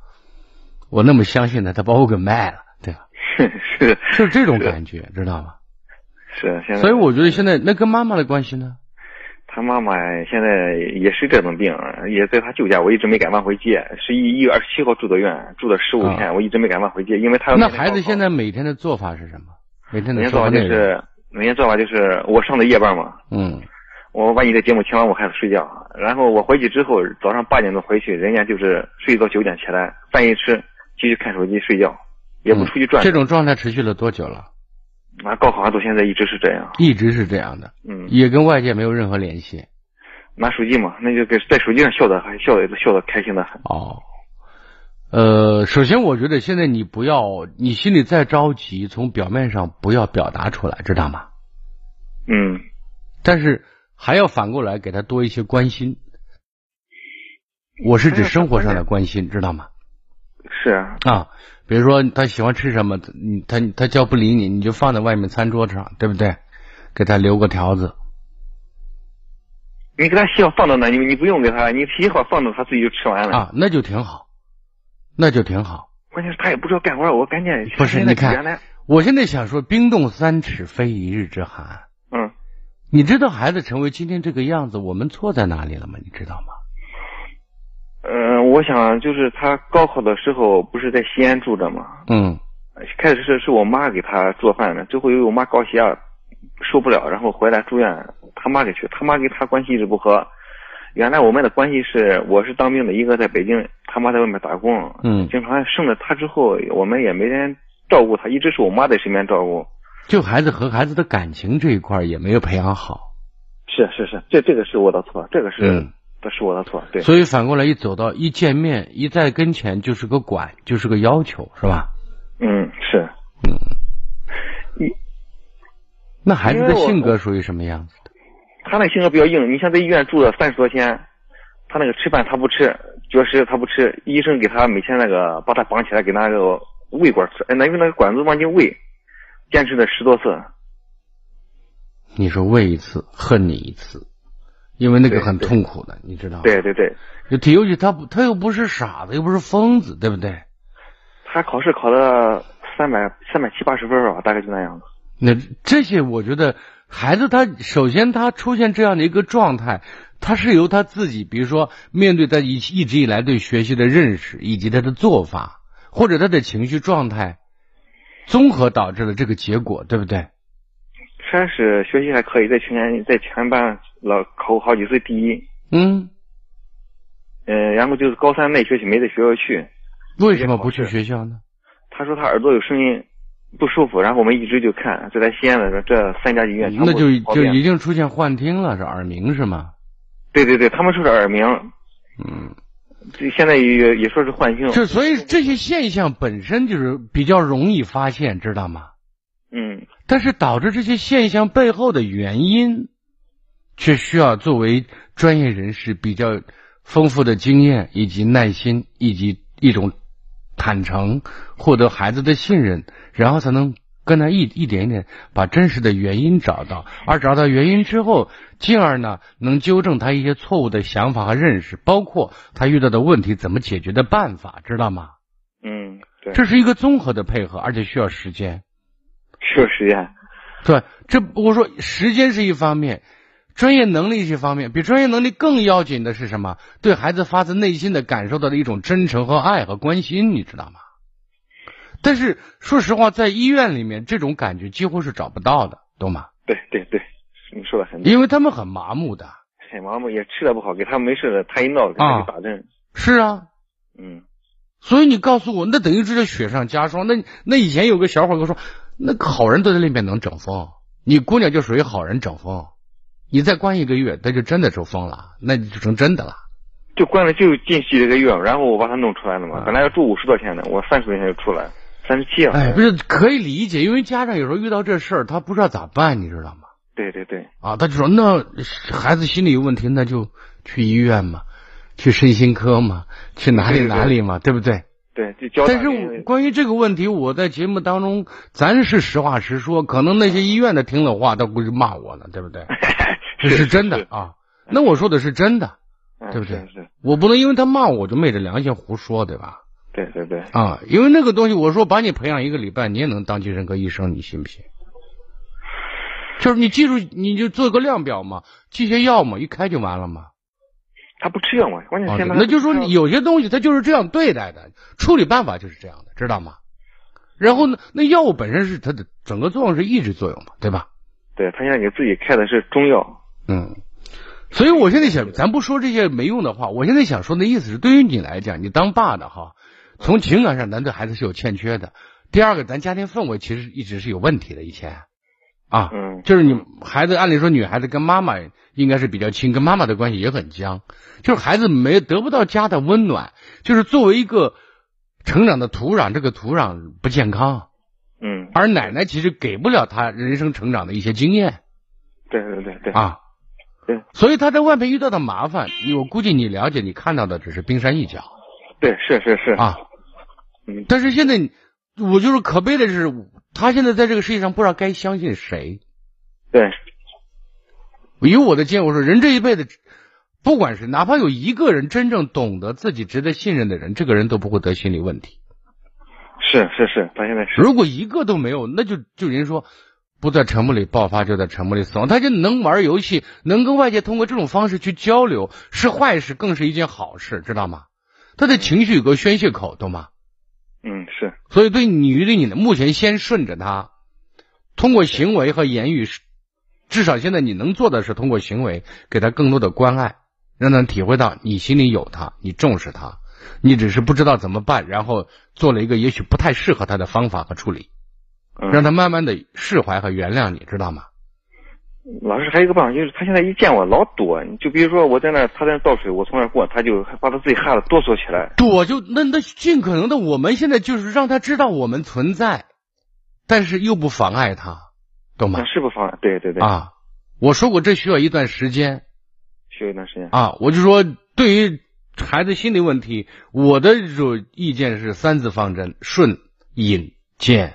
A: 我那么相信他，他把我给卖了，对吧？
G: *laughs* 是是
A: 就是这种感觉，知道吗？
G: 是，现在
A: 所以我觉得现在那跟妈妈的关系呢，
G: 他妈妈现在也是这种病，也在他舅家，我一直没敢往回接。是一一月二十七号住的院，住了十五天，
A: 啊
G: 我一直没敢往回接，因为他
A: 那孩子现在每天的做法是什么？每天
G: 每天
A: 的生
G: 做
A: 活
G: 法就
A: 内容？
G: 是每天做法就是我上的夜班嘛，
A: 嗯，
G: 我把你的节目听完，我孩子睡觉，然后我回去之后早上八点钟回去，人家就是睡到九点起来，饭一吃继续看手机睡觉，也不出去转。
A: 嗯这种状态持续了多久了？
G: 啊，高考完到现在一直是这样。
A: 一直是这样的，
G: 嗯，
A: 也跟外界没有任何联系。
G: 拿手机嘛，那就给在手机上笑的，还笑的笑的开心的很。
A: 哦，呃，首先我觉得现在你不要，你心里再着急，从表面上不要表达出来，知道吗？
G: 嗯，
A: 但是还要反过来给他多一些关心。我是指生活上的关心，知道吗？
G: 是啊，
A: 啊，比如说他喜欢吃什么，你他他叫不理你，你就放在外面餐桌上，对不对？给他留个条子，
G: 你给他洗好放到那，你你不用给他，你洗好放到他自己就吃完了。
A: 啊，那就挺好，那就挺好。
G: 关键是他也不知道干活，我关键
A: 不是，
G: 现在
A: 你
G: 原来
A: 看，我现在想说，冰冻三尺，非一日之寒。
G: 嗯，
A: 你知道孩子成为今天这个样子，我们错在哪里了吗？你知道吗？
G: 呃，我想就是他高考的时候不是在西安住着嘛，
A: 嗯，
G: 开始是是我妈给他做饭的，最后因为我妈高血压受不了，然后回来住院，他妈给去，他妈跟他关系一直不和。原来我们的关系是，我是当兵的，一个在北京，他妈在外面打工，
A: 嗯
G: 经常生了他之后，我们也没人照顾他，一直是我妈在身边照顾。
A: 就孩子和孩子的感情这一块儿也没有培养好，
G: 是是是，这这个是我的错，这个是、
A: 嗯
G: 这是我的错，对，
A: 所以反过来一走到一见面一在跟前就是个管，就是个要求，是吧？
G: 嗯是，
A: 那孩子的
G: 因为我
A: 性格属于什么样子？
G: 他那性格比较硬，你像在医院住了三十多天，他那个吃饭他不吃，绝食他不吃，医生给他每天那个把他绑起来给那个胃管吃，哎，那用那个管子往进喂，坚持了十多次。
A: 啊你说喂一次恨你一次，因为那个
G: 对
A: 很
G: 对
A: 痛苦的，你知道吗？
G: 对对对，
A: 尤其，尤其他不他又不是傻子，又不是疯子，对不对？
G: 他考试考了三百三百七八十分吧，大概就那样子。
A: 那这些，我觉得孩子他首先他出现这样的一个状态，他是由他自己，比如说面对他一一直以来对学习的认识，以及他的做法，或者他的情绪状态，综合导致了这个结果，对不对？
G: 开始学习还可以，在全年在全班老考过好几次第一，
A: 嗯，
G: 嗯，然后就是高三那学期没在学校去，
A: 为什么不去学校呢？
G: 他说他耳朵有声音不舒服，然后我们一直就看，就在西安的这三家医院，全部
A: 嗯那就
G: 跑
A: 就
G: 遍
A: 已经出现幻听了，是耳鸣是吗？
G: 对对对，他们说是耳鸣，
A: 嗯，
G: 就现在也也说是幻听。
A: 就所以这些现象本身就是比较容易发现，知道吗？
G: 嗯，
A: 但是导致这些现象背后的原因，却需要作为专业人士比较丰富的经验以及耐心以及一种坦诚，获得孩子的信任，然后才能跟他一一点一点把真实的原因找到，而找到原因之后，进而呢能纠正他一些错误的想法和认识，包括他遇到的问题怎么解决的办法，知道吗？
G: 嗯，对，
A: 这是一个综合的配合，而且需要时间。
G: 需要时间。
A: 对，这我说时间是一方面，专业能力是一方面，比专业能力更要紧的是什么？对孩子发自内心的感受到的一种真诚和爱和关心，你知道吗？但是说实话，在医院里面，这种感觉几乎是找不到的，懂吗？
G: 对对对，你说的很对，
A: 因为他们很麻木的。
G: 很麻木，也吃的不好，给他没事了，他一闹给他
A: 啊
G: 就打针。
A: 是啊，
G: 嗯，
A: 所以你告诉我，那等于这是雪上加霜。那那以前有个小伙跟我说，那个好人都在里面能整风，你姑娘就属于好人整风，你再关一个月，她就真的抽风了，那就成真的了。
G: 就关了就近期这个月，然后我把他弄出来了嘛
A: 啊。
G: 本来要住五十多天的，我三十多天就出来了，三十七 *laughs* 啊。
A: 哎，不是可以理解，因为家长有时候遇到这事儿，他不知道咋办，你知道吗？
G: 对对对，
A: 啊，他就说那孩子心理有问题，那就去医院嘛，去身心科嘛，去哪里
G: 对对对
A: 哪里嘛，对不对？
G: 对，就交
A: 但
G: 代
A: 是我
G: *laughs*
A: 关于这个问题，我在节目当中，咱是实话实说，可能那些医院的听了话，他估计骂我呢，对
G: *laughs*
A: 不对？这是真的啊。那我说的是真的，
G: 嗯
A: 对不对
G: 是是，
A: 我不能因为他骂我我就昧着良心胡说，对吧？
G: 对对对，
A: 啊，因为那个东西，我说把你培养一个礼拜，你也能当精神科医生，你信不信？就是你记住，你就做个量表嘛，记些药嘛，一开就完了嘛。
G: 他不吃药嘛，关键
A: 啊
G: 现在
A: 那就说
G: 你
A: 有些东西它就是这样对待的，处理办法就是这样的，知道吗？然后呢，那药物本身是它的整个作用是抑制作用嘛，对吧？
G: 对他现在给自己开的是中药，
A: 嗯，所以我现在想，咱不说这些没用的话，我现在想说的意思是，对于你来讲，你当爸的哈，从情感上咱对孩子是有欠缺的。第二个，咱家庭氛围其实一直是有问题的，以前啊，
G: 嗯
A: 就是你孩子，按理说女孩子跟妈妈应该是比较亲，跟妈妈的关系也很僵，就是孩子没得不到家的温暖，就是作为一个成长的土壤，这个土壤不健康，
G: 嗯，
A: 而奶奶其实给不了他人生成长的一些经验。
G: 对对对对，
A: 啊。
G: 对，
A: 所以他在外面遇到的麻烦，你我估计你了解，你看到的只是冰山一角
G: 对是是是，
A: 啊。
G: 嗯
A: 但是现在你，我就是可悲的是，他现在在这个世界上不知道该相信谁。
G: 对
A: 以我的经验，我说人这一辈子，不管是哪怕有一个人真正懂得自己值得信任的人，这个人都不会得心理问题。
G: 是是是，他现在是
A: 如果一个都没有，那就就人说不在沉默里爆发，就在沉默里死亡。他就能玩游戏，能跟外界通过这种方式去交流，是坏事，更是一件好事，知道吗？他的情绪有个宣泄口，懂吗？
G: 嗯是
A: 所以对你对你的目前先顺着他，通过行为和言语，至少现在你能做的是通过行为给他更多的关爱，让他体会到你心里有他，你重视他，你只是不知道怎么办，然后做了一个也许不太适合他的方法和处理。
G: 嗯
A: 让他慢慢的释怀和原谅你，知道吗？
G: 老师还有一个办法，就是他现在一见我老躲，你就比如说我在那儿，他在那儿倒水，我从那儿过，他就把他自己吓得哆嗦起来。
A: 躲就那那尽可能的，我们现在就是让他知道我们存在，但是又不妨碍他，懂吗
G: 那？嗯是不方案，对对对，
A: 啊，我说过这需要一段时间
G: 需要一段时间。
A: 啊，我就说对于孩子心理问题，我的这种意见是三字方针：顺、引、荐。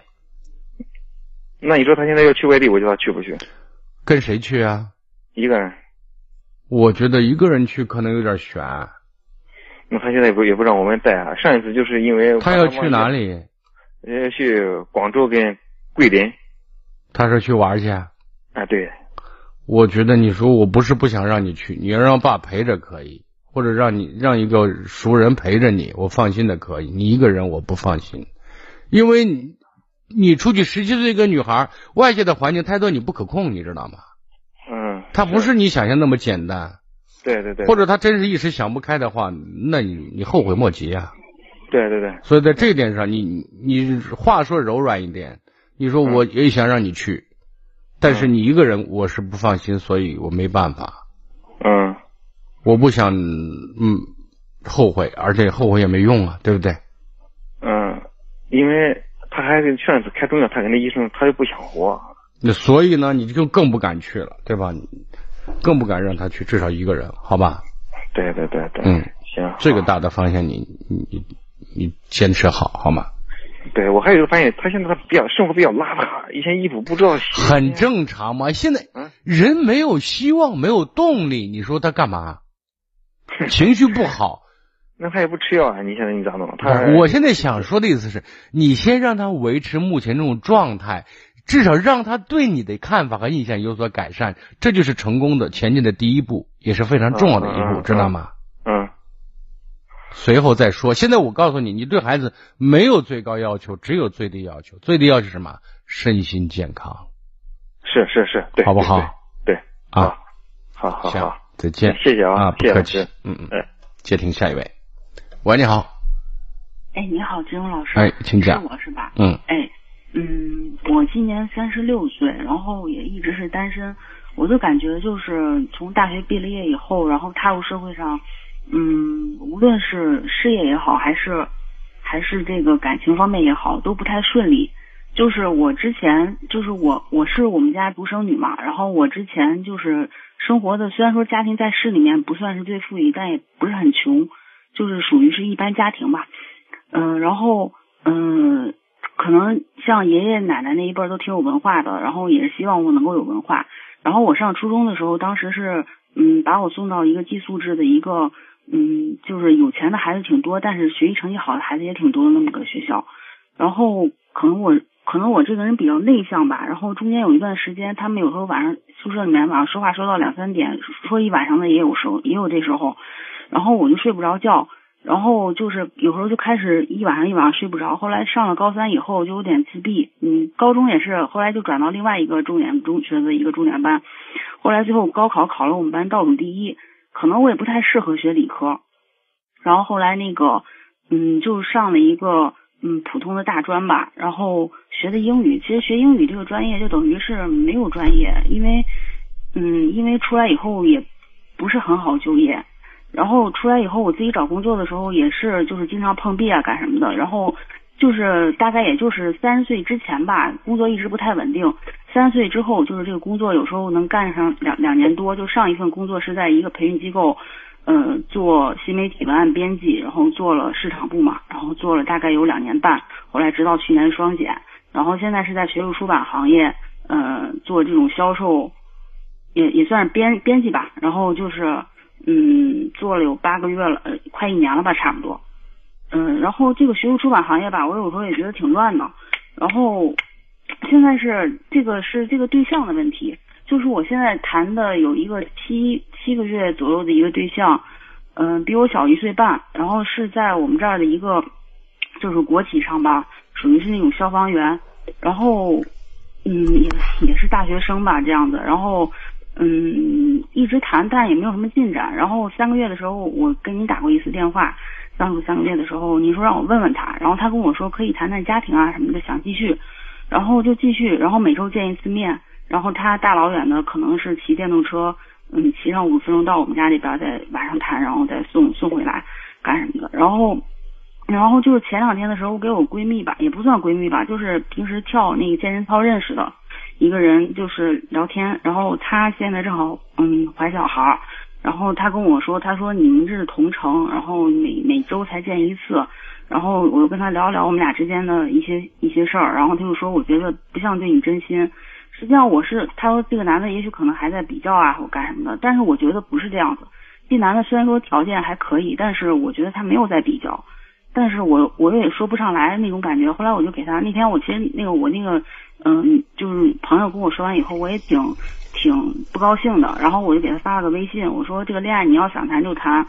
G: 那你说他现在要去外地，我叫他去不去？
A: 跟谁去啊？
G: 一个人，
A: 我觉得一个人去可能有点悬。
G: 那他现在也不也不让我们带啊。上一次就是因为
A: 他要去哪？里？
G: 呃，去广州跟桂林。
A: 他是去玩去啊。
G: 啊，对，
A: 我觉得你说我不是不想让你去，你要让爸陪着可以，或者让你让一个熟人陪着你，我放心的可以。你一个人我不放心，因为你你出去十七岁一个女孩，外界的环境太多，你不可控，你知道吗？
G: 嗯，
A: 她不是你想象那么简单，
G: 对对对，
A: 或者她真是一时想不开的话，那你你后悔莫及啊。
G: 对对对，
A: 所以在这一点上，你你你话说柔软一点，你说我也想让你去，但是你一个人我是不放心，所以我没办法。
G: 嗯，
A: 我不想嗯后悔，而且后悔也没用啊，对不对？
G: 嗯，因为他还是上次开中药，他跟那医生他就不想活。
A: 那所以呢，你就更不敢去了，对吧？你更不敢让他去，至少一个人，好吧？
G: 对对对对，
A: 嗯，
G: 行，
A: 这个
G: 好
A: 大的方向你，你你你坚持好，好吗？
G: 对我还有一个发现，他现在他比较生活比较邋遢，以前衣服不知道洗，
A: 很正常嘛。现在
G: 嗯
A: 人没有希望，没有动力，你说他干嘛？情绪不好，
G: 那他也不吃药啊！你现在你咋弄？他
A: 我现在想说的意思是，你先让他维持目前这种状态，至少让他对你的看法和印象有所改善，这就是成功的前进的第一步，也是非常重要的一
G: 嗯嗯
A: 步，
G: 嗯
A: 知道吗？
G: 嗯
A: 随后再说。现在我告诉你，你对孩子没有最高要求，只有最低要求。最低要求是什么？身心健康，
G: 是是是，对，
A: 好不好？
G: 对？对，
A: 啊，
G: 好好
A: 行
G: 好，，
A: 再见。
G: 谢谢啊
A: 啊，不
G: 谢谢
A: 客
G: 老
A: 气
G: 师。
A: 嗯嗯
G: 哎，
A: 接听下一位。喂，你好。
H: 哎，你好，金庸老师。
A: 哎请讲
H: 是我是吧？
A: 嗯
H: 哎，嗯，我今年三十六岁，然后也一直是单身。我就感觉就是从大学毕了业以后，然后踏入社会上，嗯，无论是事业也好，还是还是这个感情方面也好，都不太顺利。就是我之前，就是我我是我们家独生女嘛，然后我之前就是生活的，虽然说家庭在市里面不算是最富裕，但也不是很穷，就是属于是一般家庭吧。嗯，然后嗯，可能像爷爷奶奶那一辈儿都挺有文化的，然后也是希望我能够有文化。然后我上初中的时候，当时是嗯，把我送到一个寄宿制的一个嗯，就是有钱的孩子挺多，但是学习成绩好的孩子也挺多的那么个学校。然后可能我可能我这个人比较内向吧，然后中间有一段时间，他们有时候晚上宿舍里面晚上说话说到两三点，说一晚上的也有时候也有这时候，然后我就睡不着觉，然后就是有时候就开始一晚上一晚上睡不着。后来上了高三以后就有点自闭，嗯，高中也是，后来就转到另外一个重点中学的一个重点班，后来最后高考考了我们班倒数第一，可能我也不太适合学理科，然后后来那个，嗯，就上了一个嗯普通的大专吧，然后学的英语。其实学英语这个专业就等于是没有专业，因为嗯，因为出来以后也不是很好就业。然后出来以后，我自己找工作的时候也是，就是经常碰壁啊，干什么的。然后就是大概也就是三十岁之前吧，工作一直不太稳定。三十岁之后，就是这个工作有时候能干上两两年多。就上一份工作是在一个培训机构，呃，做新媒体文案编辑，然后做了市场部嘛，然后做了大概有两年半，后来直到去年双减，然后现在是在学术出版行业，呃，做这种销售，也也算是编编辑吧，然后就是嗯，做了有八个月了，呃，快一年了吧，差不多。嗯，然后这个学术出版行业吧，我有时候也觉得挺乱的。然后现在是这个是这个对象的问题，就是我现在谈的有一个七七个月左右的一个对象，嗯、比我小一岁半，然后是在我们这儿的一个就是国企上吧，属于是那种消防员，然后嗯也也是大学生吧这样的，然后嗯一直谈，但也没有什么进展。然后三个月的时候，我跟你打过一次电话，相处三个月的时候，你说让我问问他，然后他跟我说可以谈谈家庭啊什么的，想继续。然后就继续，然后每周见一次面，然后他大老远的可能是骑电动车，嗯，骑上五十分钟到我们家里边儿，再晚上谈，然后再送送回来干什么的。然后，然后就是前两天的时候，我给我闺蜜吧，也不算闺蜜吧，就是平时跳那个健身操认识的一个人，就是聊天。然后她现在正好嗯怀小孩儿，然后她跟我说，她说你们这是同城，然后每每周才见一次，然后我又跟他聊一聊我们俩之间的一些一些事儿，然后他就说我觉得不像对你真心。实际上我是，他说这个男的也许可能还在比较啊或干什么的，但是我觉得不是这样子。这男的虽然说条件还可以，但是我觉得他没有在比较，但是我我也说不上来那种感觉。后来我就给他那天我其实那个我那个嗯就是朋友跟我说完以后，我也挺挺不高兴的，然后我就给他发了个微信，我说这个恋爱你要想谈就谈，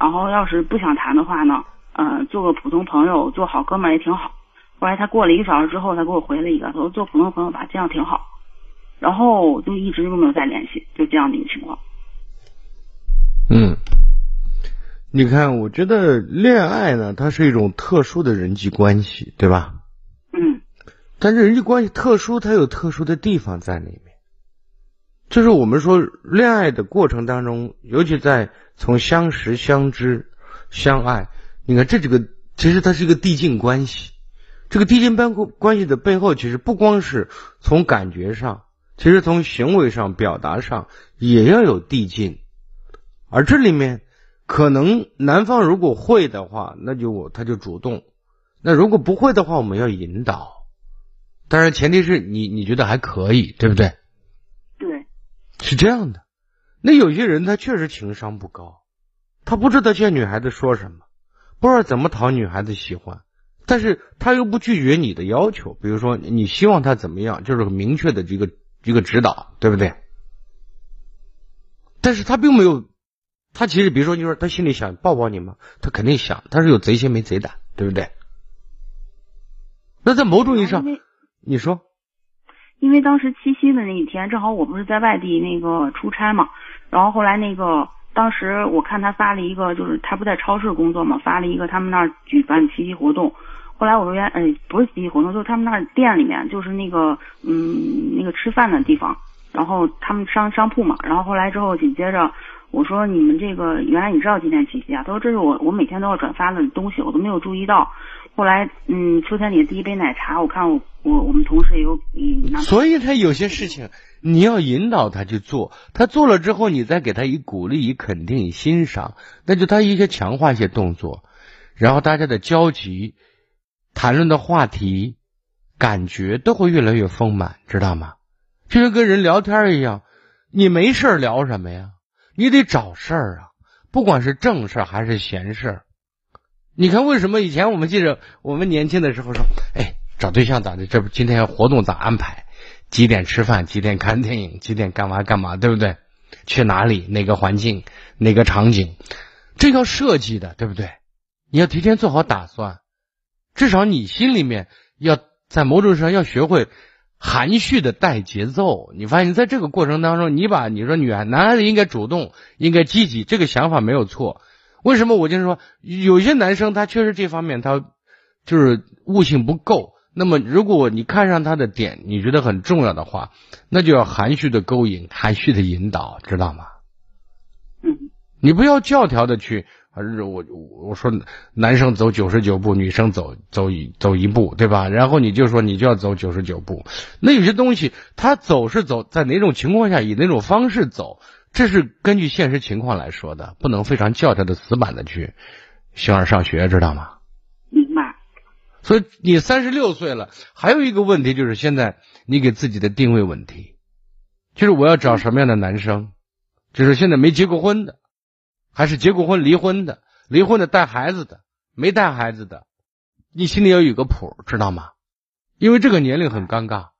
H: 然后要是不想谈的话呢，呃，做个普通朋友，做好哥们儿也挺好。后来他过了一个小时之后，他给我回了一个，他说做普通朋友吧，这样挺好。然后就一直就没有再联系，就这样的一个情况。
A: 嗯，你看，我觉得恋爱呢，它是一种特殊的人际关系，对吧？
H: 嗯
A: 但是人际关系特殊，它有特殊的地方在里面。就是我们说恋爱的过程当中，尤其在从相识、相知、相爱，你看这几个，其实它是一个递进关系。这个递进关关系的背后，其实不光是从感觉上，其实从行为上、表达上也要有递进。而这里面，可能男方如果会的话，那就我他就主动；那如果不会的话，我们要引导。当然前提是你你觉得还可以，对不对？
H: 对，
A: 是这样的。那有些人他确实情商不高，他不知道劝女孩子说什么，不知道怎么讨女孩子喜欢，但是他又不拒绝你的要求，比如说你希望他怎么样，就是很明确的这个一个指导，对不对？但是他并没有，他其实比如说，你说他心里想抱抱你吗？他肯定想，但是有贼心没贼胆，对不对？那在某种意义上
H: 因，为
A: 你说，
H: 因为当时七夕的那一天，正好我不是在外地那个出差嘛，然后后来那个当时我看他发了一个，就是他不在超市工作嘛，发了一个他们那儿举办七夕活动。后来我说原，哎，不是七夕活动，就是他们那儿店里面，就是那个嗯那个吃饭的地方，然后他们商商铺嘛。然后后来之后紧接着我说你们这个原来你知道今天七夕啊？他说这是我我每天都要转发的东西，我都没有注意到。后来，嗯，秋天里的第一杯奶茶，我看我我我们同事也有，嗯，男朋友
A: 所以他有些事情你要引导他去做，他做了之后，你再给他以鼓励、以肯定、以欣赏，那就他一些强化一些动作，然后大家的交集、谈论的话题、感觉都会越来越丰满，知道吗？就像跟人聊天一样，你没事儿聊什么呀？你得找事儿啊，不管是正事儿还是闲事儿。你看，为什么以前我们记着我们年轻的时候说，哎，找对象咋的？这不今天活动咋安排？几点吃饭？几点看电影？几点干嘛干嘛？对不对？去哪里？哪个环境？哪个场景？这要设计的，对不对？你要提前做好打算，至少你心里面要在某种上要学会含蓄的带节奏。你发现，在这个过程当中，你把你说女孩男孩子应该主动，应该积极，这个想法没有错。为什么我就是说，有些男生他确实这方面他就是悟性不够。那么，如果你看上他的点，你觉得很重要的话，那就要含蓄的勾引，含蓄的引导，知道吗？
H: 嗯，
A: 你不要教条的去，反正我我我说男生走九十九步，女生走走一走一步，对吧？然后你就说你就要走九十九步，那有些东西他走是走，在哪种情况下以哪种方式走，这是根据现实情况来说的，不能非常教条的死板的去形而上学，知道吗？
H: 明白。
A: 所以你三十六岁了，还有一个问题就是现在你给自己的定位问题，就是我要找什么样的男生，就是现在没结过婚的，还是结过婚离婚的，离婚的带孩子的，没带孩子的，你心里要有个谱，知道吗？因为这个年龄很尴尬，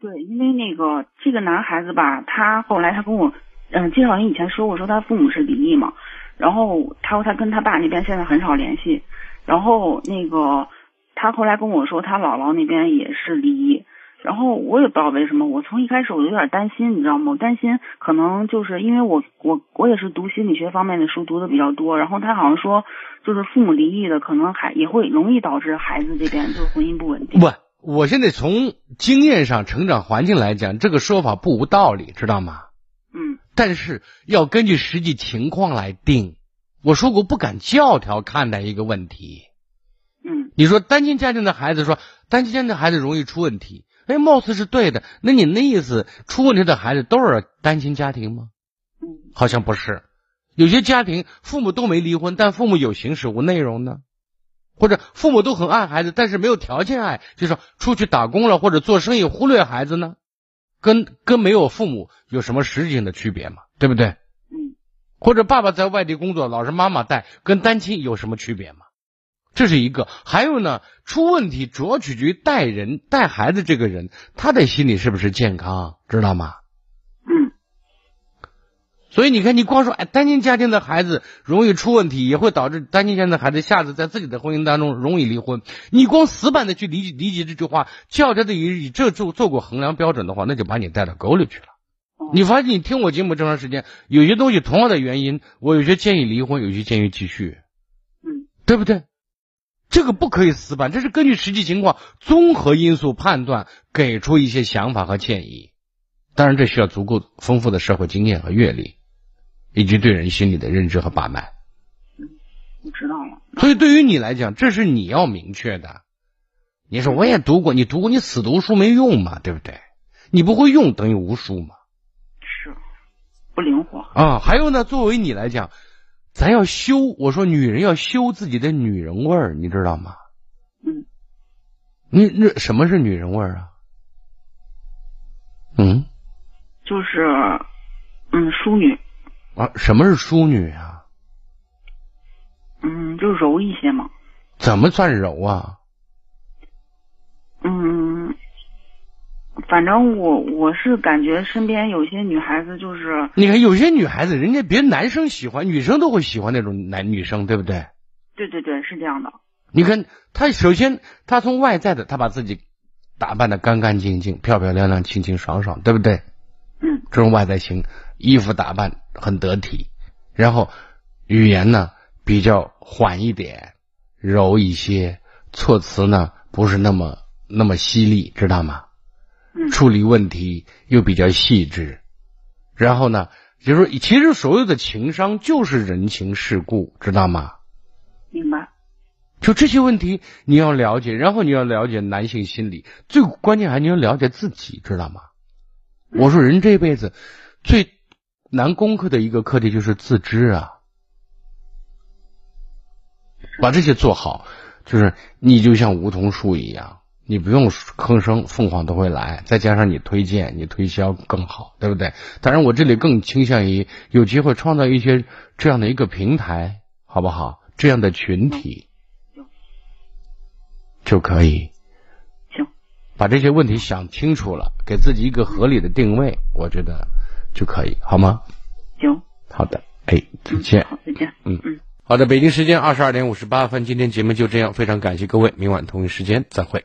H: 对，因为那个这个男孩子吧，他后来他跟我，嗯、记得好像以前说过，说他父母是离异嘛，然后他说他跟他爸那边现在很少联系，然后那个他后来跟我说他姥姥那边也是离异，然后我也不知道为什么，我从一开始我就有点担心，你知道吗？我担心可能就是因为我我我也是读心理学方面的书读的比较多，然后他好像说就是父母离异的可能还也会容易导致孩子这边就是婚姻不稳定。
A: 不，我现在从经验上、成长环境来讲，这个说法不无道理，知道吗？
H: 嗯，
A: 但是要根据实际情况来定。我说过不敢教条看待一个问题。
H: 嗯，
A: 你说单亲家庭的孩子说单亲家庭的孩子容易出问题，哎，貌似是对的。那你那意思，出问题的孩子都是单亲家庭吗？
H: 嗯，
A: 好像不是。有些家庭父母都没离婚，但父母有形式无内容呢，或者父母都很爱孩子，但是没有条件爱，就是说出去打工了或者做生意忽略孩子呢，跟跟没有父母有什么实质性的区别吗？对不对？
H: 嗯，
A: 或者爸爸在外地工作，老是妈妈带，跟单亲有什么区别吗？这是一个。还有呢，出问题主要取决于带人、带孩子这个人，他的心理是不是健康，知道吗？
H: 嗯。
A: 所以你看，你光说哎，单亲家庭的孩子容易出问题，也会导致单亲家庭的孩子下次在自己的婚姻当中容易离婚。你光死板的去理解理解这句话，较真的以以这做做过衡量标准的话，那就把你带到沟里去了。
H: 哦
A: 你发现你听我节目这么长时间，有些东西同样的原因，我有些建议离婚，有些建议继续，
H: 嗯，
A: 对不对？这个不可以死板，这是根据实际情况综合因素判断，给出一些想法和建议。当然，这需要足够丰富的社会经验和阅历，以及对人心理的认知和把脉。
H: 我知道了。
A: 所以，对于你来讲，这是你要明确的。你说我也读过，你读过，你死读书没用嘛，对不对？你不会用等于无书嘛。
H: 是不灵活。
A: 啊，还有呢，作为你来讲，咱要修，我说女人要修自己的女人味儿，你知道吗？
H: 嗯，
A: 你那什么是女人味儿啊？嗯
H: 就是嗯，淑女，
A: 啊，什么是淑女啊？
H: 嗯，就是柔一些嘛。
A: 怎么算柔啊？
H: 嗯，反正我我是感觉身边有些女孩子就是，
A: 你看有些女孩子，人家别男生喜欢，女生都会喜欢那种男女生，对不对？
H: 对对对，是这样的。
A: 你看她首先她从外在的，她把自己打扮的干干净净、漂漂亮亮、清清爽爽，对不对？
H: 嗯，
A: 这种外在型，衣服打扮很得体，然后语言呢比较缓一点，柔一些，措辞呢不是那么那么犀利，知道吗？
H: 嗯
A: 处理问题又比较细致，然后呢，就是说其实所有的情商就是人情世故，知道吗？
H: 明白。
A: 就这些问题你要了解，然后你要了解男性心理，最关键还你要了解自己，知道吗？我说人这辈子最难攻克的一个课题就是自知啊，把这些做好，就是你就像梧桐树一样，你不用吭声，凤凰都会来。再加上你推荐、你推销更好，对不对？当然，我这里更倾向于有机会创造一些这样的一个平台，好不好？这样的群体
H: 嗯
A: 就可以
H: 行
A: 把这些问题想清楚了，给自己一个合理的定位，我觉得就可以，好吗？
H: 行，
A: 好的，哎，再
H: 嗯，
A: 见。
H: 好，再见。
A: 好的，北京时间二十二点五十八分，今天节目就这样，非常感谢各位，明晚同一时间再会。